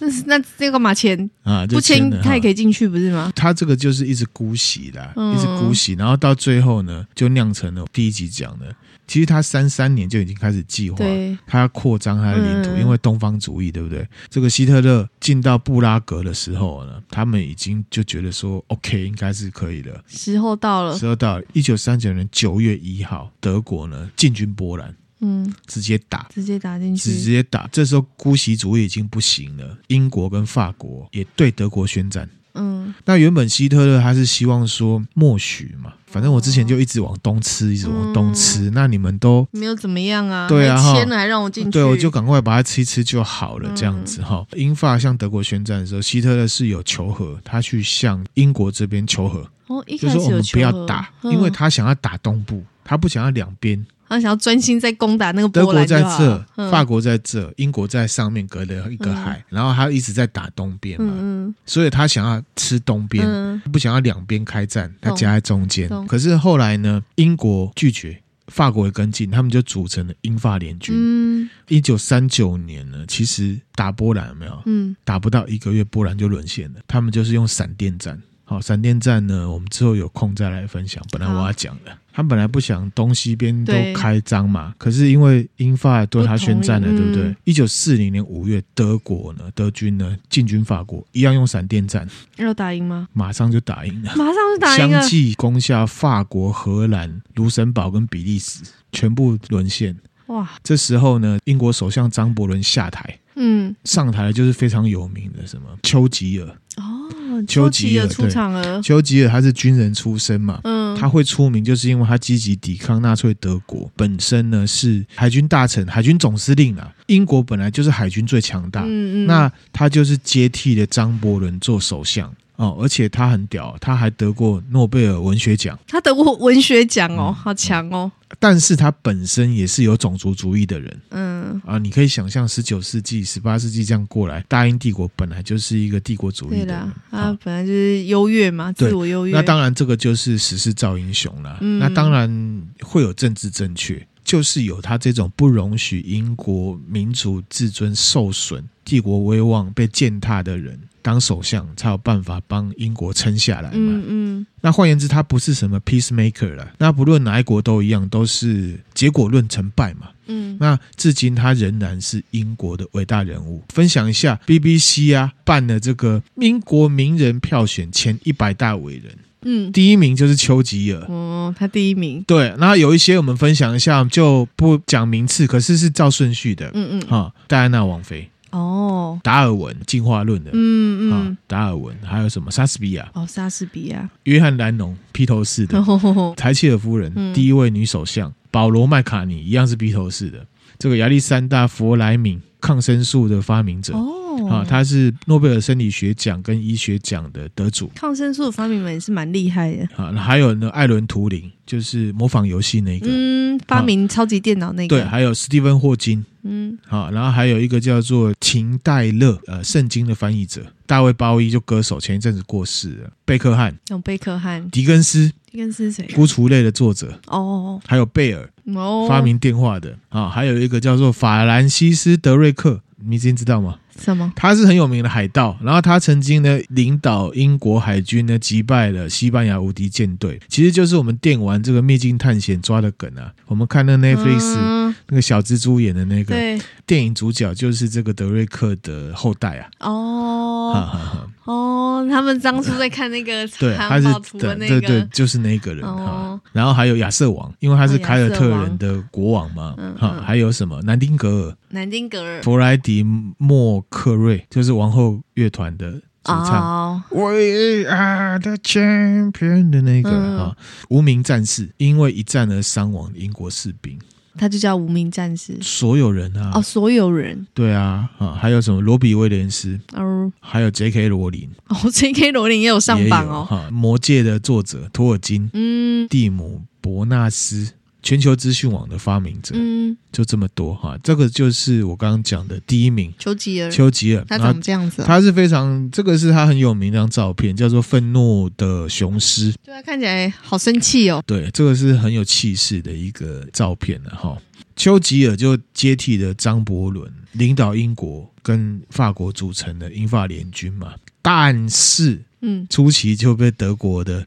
B: 那是那这干嘛签？
A: 啊，就
B: 不签
A: 了
B: 他也
A: 哈
B: 可以进去不是吗？
A: 他这个就是一直姑息的啊、
B: 嗯
A: 一直姑息，然后到最后呢，就酿成了第一集讲的，其实他三三年就已经开始计划，
B: 对，
A: 他要扩张他的领土，
B: 嗯
A: 因为东方主义，对不对？这个希特勒进到布拉格的时候呢，他们已经就觉得说，OK，应该是可以的。嗯
B: 时候到了，
A: 时候到一九三九年九月一号，德国呢进军波兰，
B: 嗯，
A: 直接打。
B: 直接打进
A: 直
B: 去，
A: 接打，这时候姑息主义已经不行了。英国跟法国也对德国宣战，
B: 嗯
A: 那原本希特勒他是希望说默许嘛，反正我之
B: 嗯
A: 前就一直往东吃，一直往东吃，那你们都。
B: 没有怎么样啊，
A: 对啊
B: 还签
A: 哈
B: 了还让我嗯进去，嗯
A: 对，我就赶快把它吃一吃就好了，这样子哈。英法向德国宣战的时候，希特勒是有求和，他去向英国这边求和，
B: 哦，一
A: 就
B: 开
A: 说我
B: 始有
A: 们
B: 求
A: 不要
B: 和
A: 打，
B: 嗯
A: 因为他想要打东部，他不想要两边。
B: 他想要专心在攻打那个
A: 德
B: 波
A: 国
B: 兰
A: 在
B: 就好
A: 这
B: 了，嗯
A: 法国在这，英国在上面隔了一个海，然后他一直在打东边嘛，
B: 嗯
A: 所以他想要吃东边。
B: 嗯
A: 不想要两边开战，他
B: 懂
A: 夹在中间。
B: 懂
A: 可是后来呢，英国拒绝，法国也跟进，他们就组成了英法联军。
B: 嗯
A: 一九三九年呢，其实打波兰有没有？
B: 嗯
A: 打不到一个月，波兰就沦陷了。他们就是用闪电战。好，闪电战呢，我们之后有空再来分享。本来
B: 好
A: 我要讲的，他们本来不想东西边都
B: 对
A: 开张嘛，可是因为英法对他宣战了，
B: 不
A: 对
B: 同意
A: 不对
B: 嗯？
A: 一九四零年五月，德国呢，德军呢进军法国，一样用闪电战，
B: 要打赢吗？
A: 马上就打赢了。
B: 马上就打
A: 相
B: 赢了，
A: 继攻下法国、荷兰、卢森堡跟比利时，全部沦陷。
B: 哇，
A: 这时候呢，英国首相张伯伦下台，
B: 嗯
A: 上台的就是非常有名的什么丘吉尔。
B: 哦，
A: 丘
B: 丘
A: 吉
B: 吉
A: 尔
B: 尔出
A: 对
B: 场了，
A: 丘吉尔他是军人出身嘛。
B: 嗯，
A: 他会出名，就是因为他积极抵抗纳粹德国。本身呢是海军大臣、海军总司令啊。英国本来就是海军最强大，
B: 嗯嗯，
A: 那他就是接替了张伯伦做首相哦，而且他很屌，他还得过诺贝尔文学奖。
B: 他得过文学奖哦，好强哦，
A: 但是他本身也是有种族主义的人
B: 嗯，
A: 啊。你可以想象，十九世纪、十八世纪这样过来，大英帝国本来就是一个帝国主义
B: 对
A: 的
B: 啦
A: 人。，
B: 他
A: 好
B: 本来就是优越嘛，
A: 对
B: 自我优越，
A: 那当然，这个就是时势造英雄啦。
B: 嗯
A: 那当然会有政治正确，就是有他这种不容许英国民族自尊受损、帝国威望被践踏的人当首相，才有办法帮英国撑下来嘛。
B: 嗯嗯
A: 那换言之，他不是什么 peacemaker 了。那不论哪一国都一样，都是结果论成败嘛。
B: 嗯，
A: 那至今他仍然是英国的伟大人物。分享一下 BBC 啊办的这个英国名人票选前一百大伟人，
B: 嗯，
A: 第一名就是丘吉尔。
B: 哦，他第一名，
A: 对，那有一些我们分享一下，就不讲名次，可是是照顺序的。
B: 嗯嗯，
A: 哈、戴安娜王妃，
B: 哦，
A: 达尔文进化论的。
B: 嗯
A: 啊
B: 嗯，，
A: 达尔文，还有什么莎士比亚、
B: 哦，莎士比亚，
A: 约翰·兰农，披头士的，
B: 哦，
A: 柴契尔夫人、
B: 嗯
A: 第一位女首相保罗·麦卡尼一样是披头士的。这个亚历山大·弗莱明，抗生素的发明
B: 哦
A: 者、啊，他是诺贝尔生理学奖跟医学奖的得主
B: 抗生素的发明们也是蛮厉害的。
A: 啊。还有呢，艾伦·图灵，就是模仿游戏那个，
B: 嗯，发明超级电脑那
A: 对，
B: 个，
A: 还有斯蒂芬·霍金
B: 嗯，
A: 啊，然后还有一个叫做秦戴勒，呃，圣经的翻译者大卫·鲍伊，就歌手，前一阵子过世了。贝克汉、
B: 像贝克汉，
A: 狄更斯，
B: 这个是谁？
A: 孤雏类的作者，
B: 哦
A: 还有贝尔，
B: 哦，
A: 发明电话的啊，还有一个叫做法兰西斯·德瑞克，你今天知道吗？
B: 什么？
A: 他是很有名的海盗，然后他曾经呢领导英国海军呢击败了西班牙无敌舰队，其实就是我们电玩这个秘境探险抓的梗啊。我们看那 Netflix、
B: 嗯
A: 那个小蜘蛛演的那个
B: 对，
A: 电影主角就是这个德瑞克的后代啊，哈
B: 哦
A: 哈哈，
B: 哦，他们当初在看那个
A: 对，他
B: 汉
A: 是
B: 堡图的
A: 对
B: 那
A: 对对
B: 个，，
A: 就是那个人哈、
B: 哦
A: 然后还有亚瑟王，因为他是
B: 哦亚
A: 凯尔
B: 瑟
A: 特
B: 王
A: 人的国王嘛，哈、
B: 嗯嗯
A: 还有什么南丁格尔。
B: 南丁格尔
A: 弗莱迪莫克瑞，就是王后乐团的主唱。
B: 哦，
A: We are the champion 的那个
B: 嗯
A: 啊、无名战士，因为一战而伤亡的英国士兵，
B: 他就叫无名战士
A: 所有人啊，
B: 嗯哦，所有人
A: 对啊啊，还有什么罗比威廉斯，
B: 哦
A: 还有 J.K. 罗琳
B: 哦，J.K. 罗琳也有上榜
A: 也有
B: 哦，
A: 哈、魔界的作者托尔金、
B: 嗯
A: 蒂姆·伯纳斯，全球资讯网的发明者，
B: 嗯，
A: 就这么多哈、这个就是我刚刚讲的第一名
B: 丘吉尔，
A: 丘吉尔，
B: 嗯他
A: 然后
B: 长这样子哦，
A: 他是非常，这个是他很有名的一张照片，叫做《愤怒的雄狮》。
B: 对啊，看起来好生气哦，
A: 对，这个是很有气势的一个照片了哈。丘吉尔就接替了张伯伦，领导英国跟法国组成的英法联军嘛。但是
B: 嗯，
A: 初期就被德国的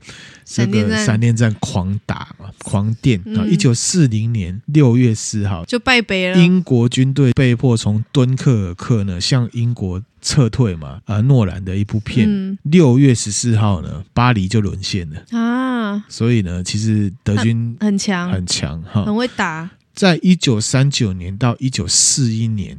A: 这
B: 闪电
A: 个
B: 战
A: 闪电战狂打嘛，狂电啊！
B: 嗯
A: 一九四零年六月四号，
B: 就败北了，
A: 英国军队被迫从敦刻尔克呢向英国撤退嘛，呃，诺兰的一部片
B: 嗯，
A: 六、月十四号呢，巴黎就沦陷了。
B: 啊，
A: 所以呢，其实德军
B: 很强，
A: 很强哈
B: 很，会打，
A: 在一九三九年到一九四一年。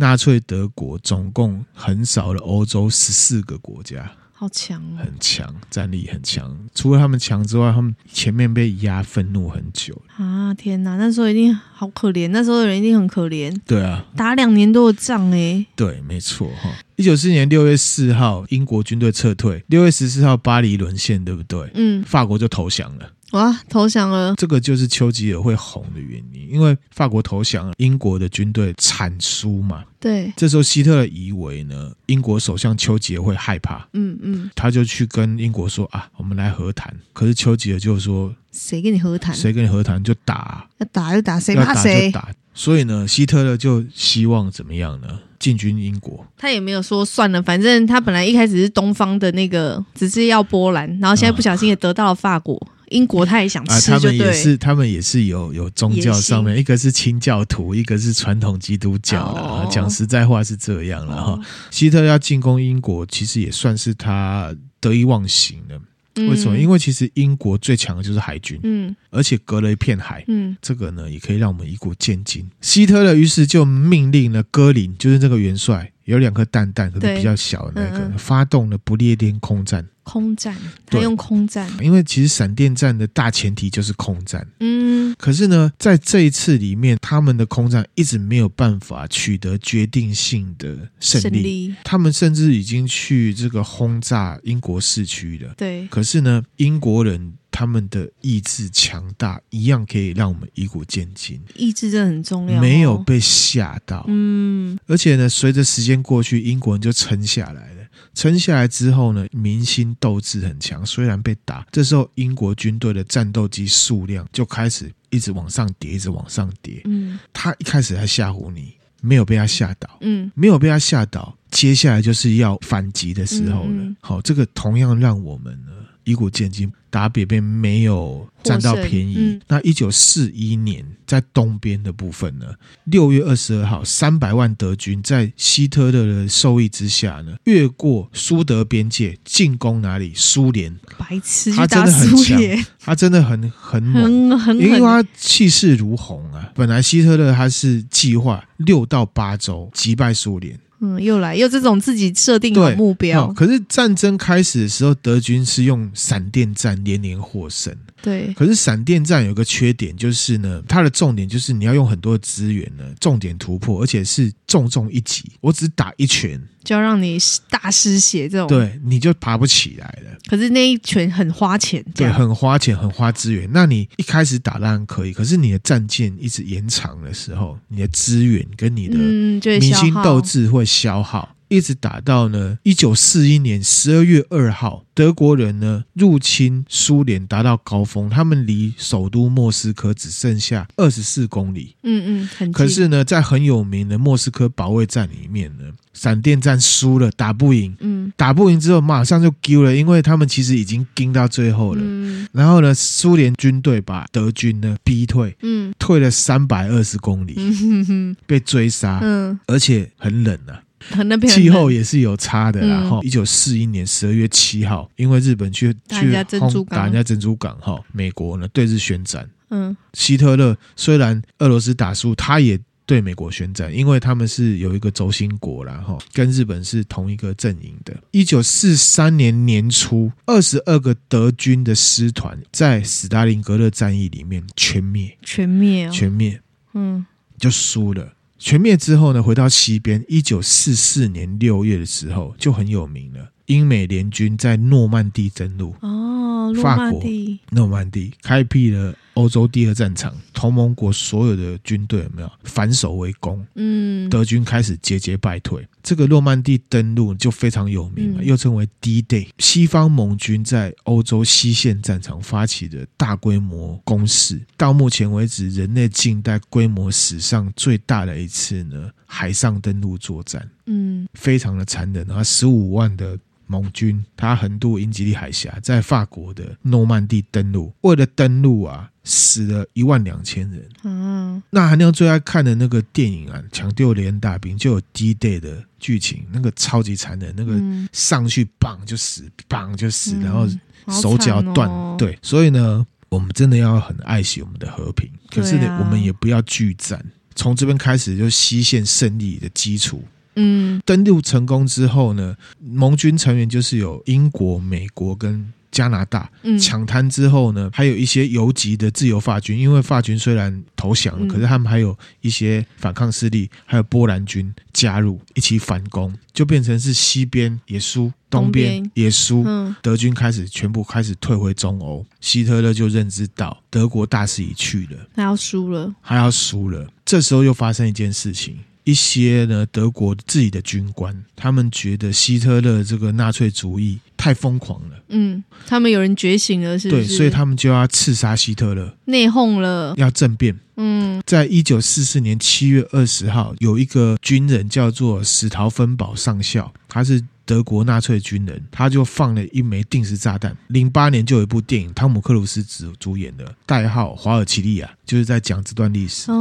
A: 纳粹德国总共横扫了欧洲十四个国家，
B: 好强哦，
A: 很强，战力很强。除了他们强之外，他们前面被压愤怒很久。
B: 啊，天哪，那时候一定好可怜，那时候的人一定很可怜，
A: 对啊，
B: 打两年多的仗哎、
A: 对，没错哈。一九四年六月四号，英国军队撤退；六月十四号，巴黎沦陷，对不对？
B: 嗯，
A: 法国就投降了，
B: 哇，投降了，
A: 这个就是丘吉尔会红的原因，因为法国投降了，英国的军队惨输嘛。
B: 对，
A: 这时候希特勒以为呢，英国首相丘吉尔会害怕，
B: 嗯嗯，
A: 他就去跟英国说啊，我们来和谈。可是丘吉尔就说，
B: 谁跟你和谈？
A: 谁跟你和谈就打啊、
B: 要打就打，谁
A: 要
B: 怕
A: 打
B: 谁
A: 就？打。所以呢，希特勒就希望怎么样呢？进军英国，
B: 他也没有说算了，反正他本来一开始是东方的那个，只是要波兰，然后现在不小心也得到了法国、英国，他也想
A: 啊，
B: 吃
A: 他
B: 就
A: 们也
B: 对。
A: 是，他们也是有有宗教上面，一个是清教徒，一个是传统基督教啦。
B: 哦
A: 讲实在话是这样了哈。
B: 哦
A: 希特勒要进攻英国，其实也算是他得意忘形了。为什么？因
B: 为
A: 为其实英国最强的就是海军，
B: 嗯
A: 而且隔了一片海。
B: 嗯
A: 这个呢，也可以让我们以古见今。希特勒于是就命令了戈林，就是这个元帅，有两颗蛋蛋，可是
B: 对
A: 比较小的那个，
B: 嗯嗯
A: 发动了不列颠空战。
B: 空战，他
A: 对
B: 用空战，
A: 因为其实闪电战的大前提就是空战，
B: 嗯
A: 可是呢，在这一次里面，他们的空战一直没有办法取得决定性的胜利。
B: 利，
A: 他们甚至已经去这个轰炸英国市区了。
B: 对，
A: 可是呢，英国人他们的意志强大，一样可以让我们以古见今，
B: 意志真的很重要、哦
A: 没有，被吓到。
B: 嗯
A: 而且呢，随着时间过去，英国人就撑下来了。撑下来之后呢，民心斗志很强。虽然被打，这时候英国军队的战斗机数量就开始一直往上叠，一直往上叠。
B: 嗯
A: 他一开始还吓唬你，没有被他吓倒，
B: 嗯，
A: 没有被他吓倒，接下来就是要反击的时候了。
B: 嗯嗯
A: 好，这个同样让我们呢以古见今，打北边没有占到便宜。
B: 获胜嗯
A: 那一九四一年在东边的部分呢，六月二十二号，三百万德军在希特勒的授意之下呢，越过苏德边界进攻哪里？苏联，
B: 白痴
A: 他
B: 去打
A: 真的很
B: 苏
A: 强
B: 联，
A: 他真的很很猛。
B: 很很
A: 因为
B: 狠，
A: 他气势如虹啊！本来希特勒他是计划六到八周击败苏联，
B: 嗯，又来又这种自己设定的
A: 对
B: 目标
A: 哦，可是战争开始的时候，德军是用闪电战连连获胜。
B: 对
A: 可是闪电战有个缺点，就是呢，它的重点就是你要用很多的资源呢，重点突破，而且是重重一击。我只打一拳，
B: 就要让你大失血这种。，
A: 对，你就爬不起来了。
B: 可是那一拳很花钱，这
A: 对，
B: 样
A: 很花钱，很花资源。那你一开始打当然可以，可是你的战舰一直延长的时候，你的资源跟你的
B: 嗯，就会
A: 明
B: 消
A: 星
B: 耗
A: 斗志会消耗，一直打到呢一九四一年十二月二号，德国人呢入侵苏联达到高峰，他们离首都莫斯科只剩下二十四公里。
B: 嗯嗯，很
A: 可
B: 近
A: 是呢，在很有名的莫斯科保卫战里面呢，闪电战输了，打不赢，
B: 嗯
A: 打不赢之后马上就丢了，因为他们其实已经盯到最后了。
B: 嗯
A: 然后呢，苏联军队把德军呢逼退，
B: 嗯
A: 退了三百二十公里，
B: 嗯哼哼
A: 被追杀，
B: 嗯，
A: 而且很冷啊，
B: 很那边很
A: 气候
B: 冷
A: 也是有差的啦。
B: 嗯
A: 哈、一九四一年十二月七号，因为日本去
B: 打人
A: 去
B: 家珍珠
A: 轰
B: 港
A: 打人家珍珠港，哈，美国呢对日宣战。
B: 嗯
A: 希特勒虽然俄罗斯打输，他也对美国宣战，因为他们是有一个轴心国啦，哈，跟日本是同一个阵营的。一九四三年年初，二十二个德军的师团在斯大林格勒战役里面全灭，
B: 全灭哦，
A: 全灭
B: 嗯
A: 就输了。全灭之后呢，回到西边，一九四四年六月的时候就很有名了。英美联军在诺曼底登陆，
B: 哦，诺
A: 法
B: 曼
A: 国
B: 底
A: 诺曼底开辟了欧洲第二战场，同盟国所有的军队有没有反手为攻？
B: 嗯
A: 德军开始节节败退，这个诺曼底登陆就非常有名嘛，
B: 嗯
A: 又称为 D Day。西方盟军在欧洲西线战场发起的大规模攻势，到目前为止，人类近代规模史上最大的一次呢海上登陆作战，
B: 嗯
A: 非常的残忍啊！十五万的盟军，他横渡英吉利海峡，在法国的诺曼底登陆，为了登陆啊，死了一万两千人。
B: 啊
A: 那韩亮最爱看的那个电影啊，《抢救连大兵》就有 D Day 的剧情，那个超级残忍，那个
B: 嗯，
A: 上去绑就死，绑就死，
B: 嗯
A: 然后
B: 好
A: 手脚
B: 惨
A: 断，
B: 哦，
A: 对，所以呢，我们真的要很爱惜我们的和平，可是呢，
B: 对啊
A: 我们也不要拒战。从这边开始，就西线胜利的基础。
B: 嗯
A: 登陆成功之后呢，盟军成员就是有英国、美国跟加拿大，
B: 嗯
A: 抢滩之后呢，还有一些游击的自由法军，因为法军虽然投降了，
B: 嗯
A: 可是他们还有一些反抗势力，还有波兰军加入一起反攻，就变成是西边也输，
B: 东
A: 东
B: 边
A: 边也输。
B: 嗯
A: 德军开始全部开始退回中欧，希特勒就认知到德国大势已去了，
B: 他要输了，
A: 他要输了。这时候又发生一件事情，一些呢德国自己的军官，他们觉得希特勒这个纳粹主义太疯狂了，
B: 嗯，他们有人觉醒了，是不
A: 对，
B: 是？
A: 所以他们就要刺杀希特勒。
B: 内讧了，
A: 要政变。
B: 嗯
A: 在一九四四年七月二十号，有一个军人叫做史陶芬堡上校，他是德国纳粹军人，他就放了一枚定时炸弹。零八年就有一部电影，汤姆克鲁斯主主演的，代号华尔奇利亚，就是在讲这段历史。
B: 哦，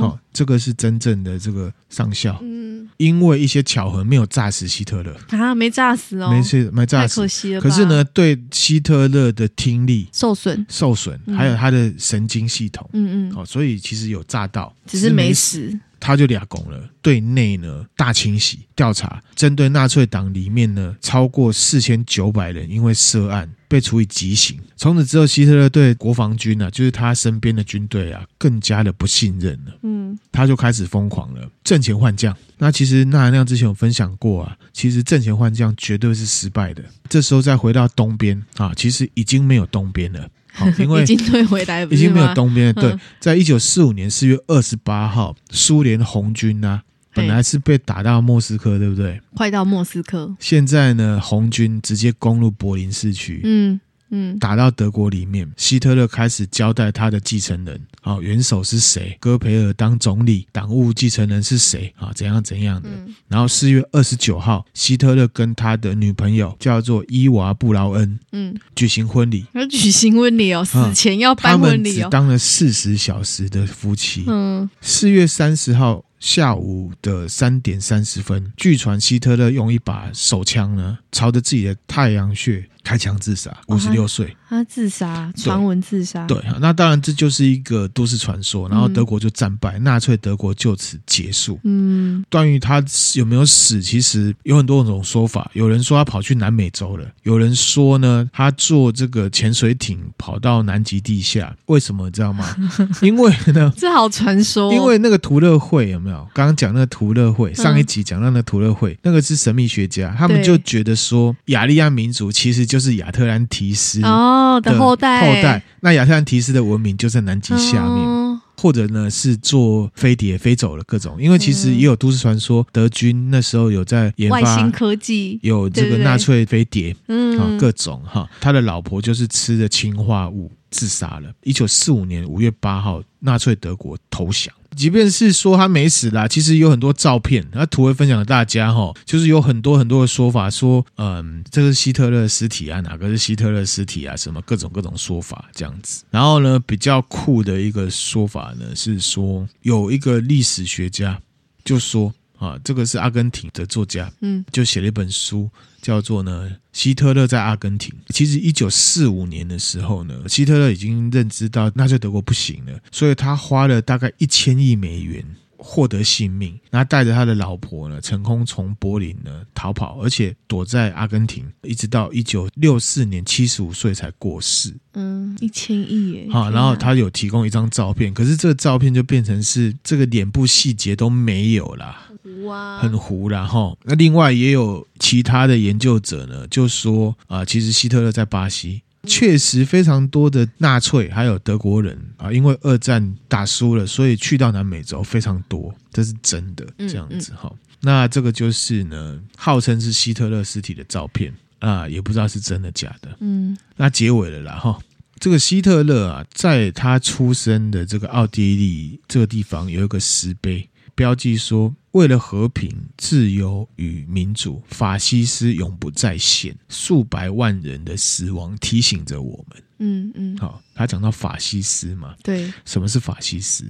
A: 哦，这个是真正的这个上校，
B: 嗯
A: 因为一些巧合没有炸死希特勒，
B: 啊，没炸死哦，
A: 没事没炸
B: 太
A: 死
B: 可。惜了。
A: 可是，呢，对希特勒的听力
B: 受损，
A: 受损，
B: 嗯
A: 还有他的神经系统，
B: 嗯嗯，
A: 哦，所以其实有炸到，
B: 只是没死，
A: 他就俩拱了。对内呢大清洗调查，针对纳粹党里面呢超过四千九百人因为涉案被处以极刑。从此之后，希特勒对国防军啊，就是他身边的军队啊，更加的不信任了。
B: 嗯
A: 他就开始疯狂了，挣钱换将。那其实纳兰亮之前有分享过啊，其实挣钱换将绝对是失败的。这时候再回到东边啊，其实已经没有东边了，好、因为
B: 已经退回来，不
A: 已
B: 是
A: 经没有
B: 吗
A: 东边了。对
B: 嗯，
A: 在一九四五年四月二十八号，苏联红军呢、本来
B: 嘿
A: 是被打到莫斯科，对不对？
B: 快到莫斯科，
A: 现在呢，红军直接攻入柏林市区，
B: 嗯嗯
A: 打到德国里面。希特勒开始交代他的继承人，好、元首是谁？戈培尔当总理，党务继承人是谁？啊、怎样怎样的。
B: 嗯
A: 然后四月二十九号，希特勒跟他的女朋友叫做伊娃布劳恩
B: 嗯，
A: 举行婚礼，
B: 要举行婚礼哦，死前要
A: 他
B: 办婚
A: 们
B: 礼
A: 只
B: 哦，
A: 当了四十小时的夫妻。
B: 嗯
A: 四月三十号下午的三点三十分，据传希特勒用一把手枪呢，朝着自己的太阳穴开枪自杀，
B: 哦
A: 五十六岁。
B: 他自杀，
A: 对
B: 传闻自杀，
A: 对，那当然这就是一个都市传说，然后德国就战败，纳粹德国就此结束。
B: 嗯，
A: 关于他有没有死，其实有很多种说法。有人说他跑去南美洲了，有人说呢，他坐这个潜水艇跑到南极地下。为什么你知道吗？因为呢，
B: 这好传说哦，嗯
A: 因为那个图勒会有没有？刚刚讲那个图勒会，上一集讲到那个图勒会，那个是神秘学家，他们
B: 对
A: 就觉得说雅利安民族其实就是亚特兰提斯
B: 哦的后代
A: 后代，那亚特兰提斯的文明就在南极下面。
B: 哦
A: 或者呢是坐飞碟飞走了各种，因为其实
B: 嗯
A: 也有都市传说，德军那时候有在研
B: 外
A: 发
B: 星科技，
A: 有这
B: 对
A: 个
B: 对
A: 纳粹飞碟啊、
B: 嗯，
A: 各种哈，他的老婆就是吃的氰化物自杀了。一九四五年五月八号，纳粹德国投降。即便是说他没死啦，其实有很多照片，那图会分享给大家哈，就是有很多很多的说法，说嗯，这是希特勒的尸体啊，哪个是希特勒的尸体啊，什么各种各种说法这样子。然后呢，比较酷的一个说法呢是说，有一个历史学家就说啊，这个是阿根廷的作家，
B: 嗯
A: 就写了一本书，叫做呢《希特勒在阿根廷》。其实一九四五年的时候呢，希特勒已经认知到纳粹德国不行了，所以他花了大概一千亿美元。获得性命，那带着他的老婆呢，成功从柏林呢逃跑，而且躲在阿根廷，一直到一九六四年七十五岁才过世。
B: 嗯，一千亿耶，
A: 好，
B: 天啊
A: 然后
B: 哪
A: 他有提供一张照片，可是这个照片就变成是这个脸部细节都没有啦，
B: 哇，
A: 很糊啦哈。那另外也有其他的研究者呢，就说啊、其实希特勒在巴西。确实，非常多的纳粹还有德国人啊，因为二战打输了，所以去到南美洲非常多，这是真的。
B: 嗯
A: 这样子哈、那这个就是呢，号称是希特勒尸体的照片啊，也不知道是真的假的。
B: 嗯
A: 那结尾了啦哈。这个希特勒啊，在他出生的这个奥地利这个地方有一个石碑，标记说：“为了和平、自由与民主，法西斯永不再现。数百万人的死亡提醒着我们。
B: 嗯嗯”，
A: 好，他讲到法西斯嘛，
B: 对，
A: 什么是法西斯？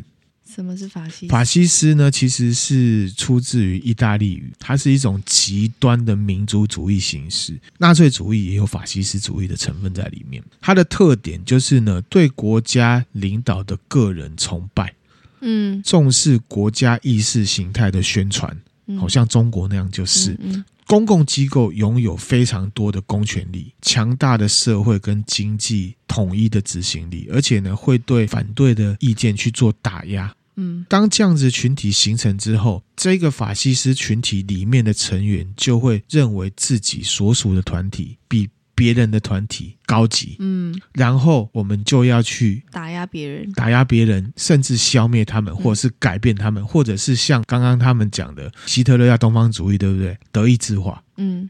B: 什么是法西斯？
A: 法西斯呢，其实是出自于意大利语，它是一种极端的民族主义形式。纳粹主义也有法西斯主义的成分在里面。它的特点就是呢，对国家领导的个人崇拜，
B: 嗯，
A: 重视国家意识形态的宣传，
B: 嗯
A: 好像中国那样就是。
B: 嗯嗯
A: 公共机构拥有非常多的公权力，强大的社会跟经济统一的执行力，而且呢，会对反对的意见去做打压。
B: 嗯
A: 当这样子群体形成之后，这个法西斯群体里面的成员就会认为自己所属的团体比别人的团体高级，
B: 嗯，
A: 然后我们就要去
B: 打压别人，
A: 打压别人，甚至消灭他
B: 嗯
A: 们，或者是改变他们，或者是像刚刚他们讲的，希特勒要东方主义，对不对？德意志化，
B: 嗯，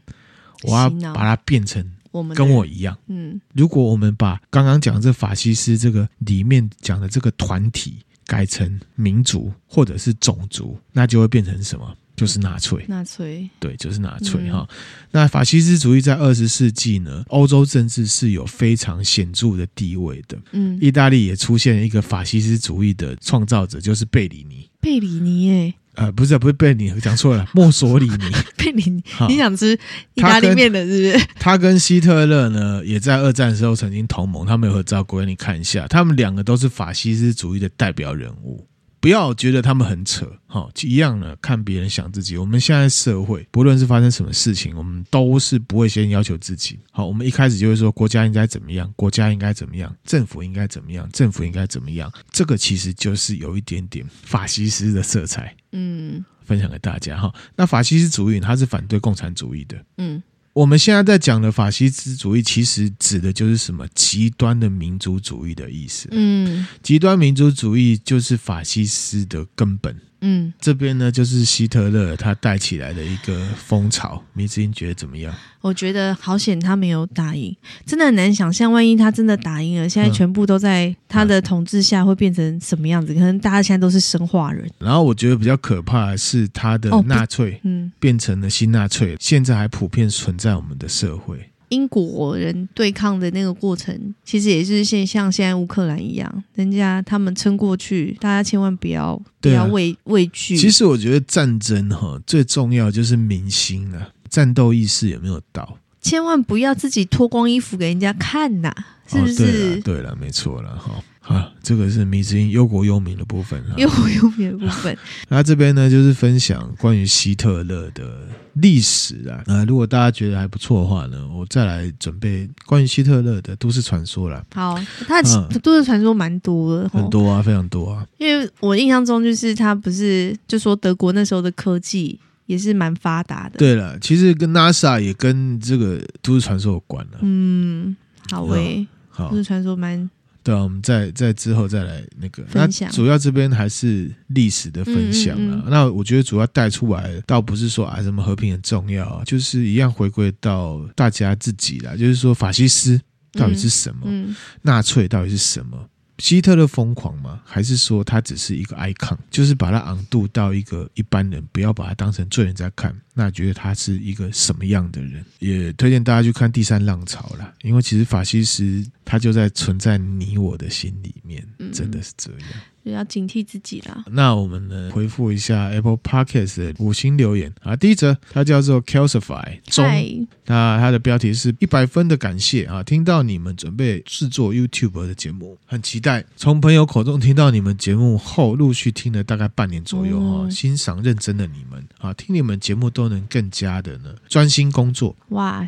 A: 我要
B: 洗脑
A: 把它变成
B: 我们的
A: 跟
B: 人
A: 我一样。
B: 嗯
A: 如果我们把刚刚讲的这法西斯这个里面讲的这个团体改成民族或者是种族，那就会变成什么？就是纳粹，
B: 纳粹，
A: 对，就是纳粹
B: 嗯
A: 哈、那法西斯主义在二十世纪呢，欧洲政治是有非常显著的地位的。
B: 嗯，
A: 意大利也出现了一个法西斯主义的创造者，就是贝里尼。
B: 贝里尼耶，
A: 呃，不是，不是贝里尼，讲错了，墨索里尼。
B: 贝里尼，
A: 哈
B: 你想吃意
A: 他
B: 大利
A: 跟
B: 面的是不 是？
A: 他跟希特勒呢，也在二战的时候曾经同盟，他们有合照过，你看一下，他们两个都是法西斯主义的代表人物。不要觉得他们很扯，哈、一样呢，看别人想自己。我们现在社会，不论是发生什么事情，我们都是不会先要求自己。好，我们一开始就会说国家应该怎么样，国家应该怎么样，政府应该怎么样，政府应该怎么样。这个其实就是有一点点法西斯的色彩，
B: 嗯
A: 分享给大家哈。那法西斯主义它是反对共产主义的，
B: 嗯
A: 我们现在在讲的法西斯主义，其实指的就是什么极端的民族主义的意思。
B: 嗯
A: 极端民族主义就是法西斯的根本。
B: 嗯，
A: 这边呢，就是希特勒他带起来的一个风潮。迷之音觉得怎么样？
B: 我觉得好险他没有打赢，真的很难想象，万一他真的打赢了，现在
A: 嗯
B: 全部都在他的统治下会变成什么样子？可能大家现在都是生化人，
A: 然后我觉得比较可怕的是他的
B: 哦不
A: 纳粹。
B: 嗯。
A: 变成了新纳粹，现在还普遍存在我们的社会。
B: 英国人对抗的那个过程，其实也是现像现在乌克兰一样，人家他们撑过去，大家千万不要、不
A: 对啊
B: 要畏畏惧。
A: 其实我觉得战争哈最重要就是民心啊，战斗意识有没有到？
B: 千万不要自己脱光衣服给人家看呐、是不
A: 哦、对了，
B: 是？
A: 对了，没错了哈。好，这个是迷之音忧国忧民的部分哈。
B: 又有优美的部分，
A: 那这边呢，就是分享关于希特勒的历史啊。呃，如果大家觉得还不错的话呢，我再来准备关于希特勒的都市传说啦，
B: 好，他的
A: 嗯
B: 都市传说蛮多的，
A: 很
B: 吼
A: 多啊，非常多啊。
B: 因为我印象中就是他不是就说德国那时候的科技也是蛮发达的，
A: 对了，其实跟 NASA 也跟这个都市传说有关了、
B: 嗯，好诶、
A: 好
B: 都，市传说蛮
A: 对啊，我们再再之后再来那个。那
B: 分享
A: 主要这边还是历史的分享
B: 嗯
A: 啊。
B: 嗯嗯
A: 那我觉得主要带出来，倒不是说啊什么和平很重要啊，就是一样回归到大家自己啦，就是说法西斯到底是什么，
B: 嗯
A: 纳粹到底是什么。希特勒疯狂吗？还是说他只是一个 icon，就是把它昂度到一个一般人，不要把他当成罪人在看？那觉得他是一个什么样的人？也推荐大家去看《第三浪潮》啦，因为其实法西斯他就在存在你我的心里面，
B: 嗯
A: 真的是这样。
B: 就要警惕自己啦。
A: 那我们呢，回复一下 Apple Podcast 的五星留言啊。第一则，它叫做 Calcify 中
B: 嗨，
A: 那它的标题是一百分的感谢啊！听到你们准备制作 YouTube 的节目，很期待。从朋友口中听到你们节目后，陆续听了大概半年左右哈、
B: 嗯
A: 欣赏认真的你们啊，听你们节目都能更加的呢专心工作
B: 哇，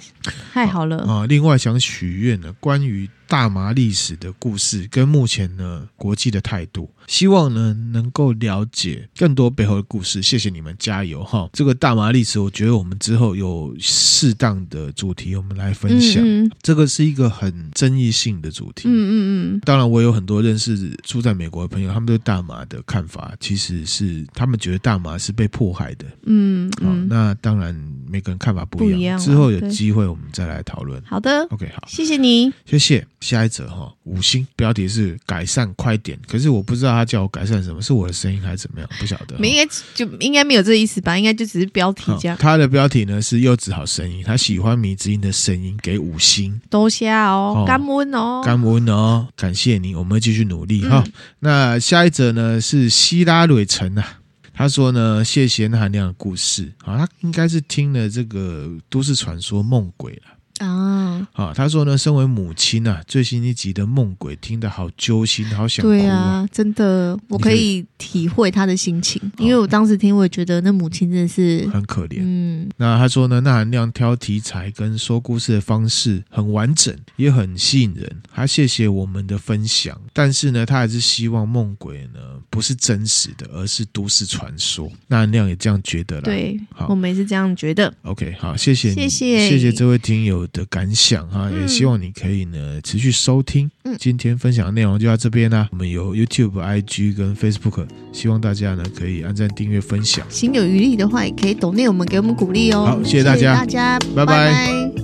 B: 太好了，
A: 啊。另外想许愿呢，关于大麻历史的故事跟目前呢国际的态度，希望呢能够了解更多背后的故事。谢谢你们，加油哈！这个大麻历史，我觉得我们之后有适当的主题，我们来分享。
B: 嗯
A: 这个是一个很争议性的主题。
B: 嗯嗯嗯
A: 当然，我有很多认识住在美国的朋友，他们对大麻的看法其实是他们觉得大麻是被迫害的。
B: 嗯
A: 好、
B: 嗯嗯，
A: 那当然每个人看法不一样。
B: 不一样啊
A: 之后有
B: 对
A: 机会我们再来讨论。
B: 好的，
A: OK，好，
B: 谢谢你。
A: 谢谢。下一则哈、五星标题是改善快点，可是我不知道他叫我改善什么，是我的声音还是怎么样，不晓得。
B: 没应该就应该没有这个意思吧？应该就只是标题
A: 好
B: 这样。
A: 他的标题呢是柚子好声音，他喜欢迷之音的声音，给五星。
B: 多虾
A: 哦
B: 哦，干温哦，
A: 感恩哦，感谢你，我们会继续努力哈、
B: 嗯
A: 那下一则呢是希拉蕊城啊，他说呢，谢谢那含量的故事啊，他应该是听了这个都市传说梦鬼了。
B: 啊，
A: 啊，他说呢，身为母亲啊，最新一集的《梦鬼》听得好揪心，好想哭、
B: 对啊，真的，我可以体会他的心情，因为我当时听，我也觉得那母亲真的是，
A: 很可怜。
B: 嗯，
A: 那他说呢，那含量挑题材跟说故事的方式很完整，也很吸引人。他谢谢我们的分享，但是呢，他还是希望梦鬼呢不是真实的，而是都市传说。那含量也这样觉得啦。
B: 对
A: 好，
B: 我们也是这样觉得。
A: OK，好，谢谢你，
B: 谢谢
A: 谢谢这位听友的感想哈，
B: 嗯
A: 也希望你可以呢持续收听。
B: 嗯
A: 今天分享的内容就到这边啦、我们有 YouTube、IG 跟 Facebook，希望大家呢可以按赞、订阅、分享。
B: 心有余力的话，也可以抖内我们给我们鼓励哦。
A: 好谢谢大家
B: 大家，
A: 拜拜
B: 拜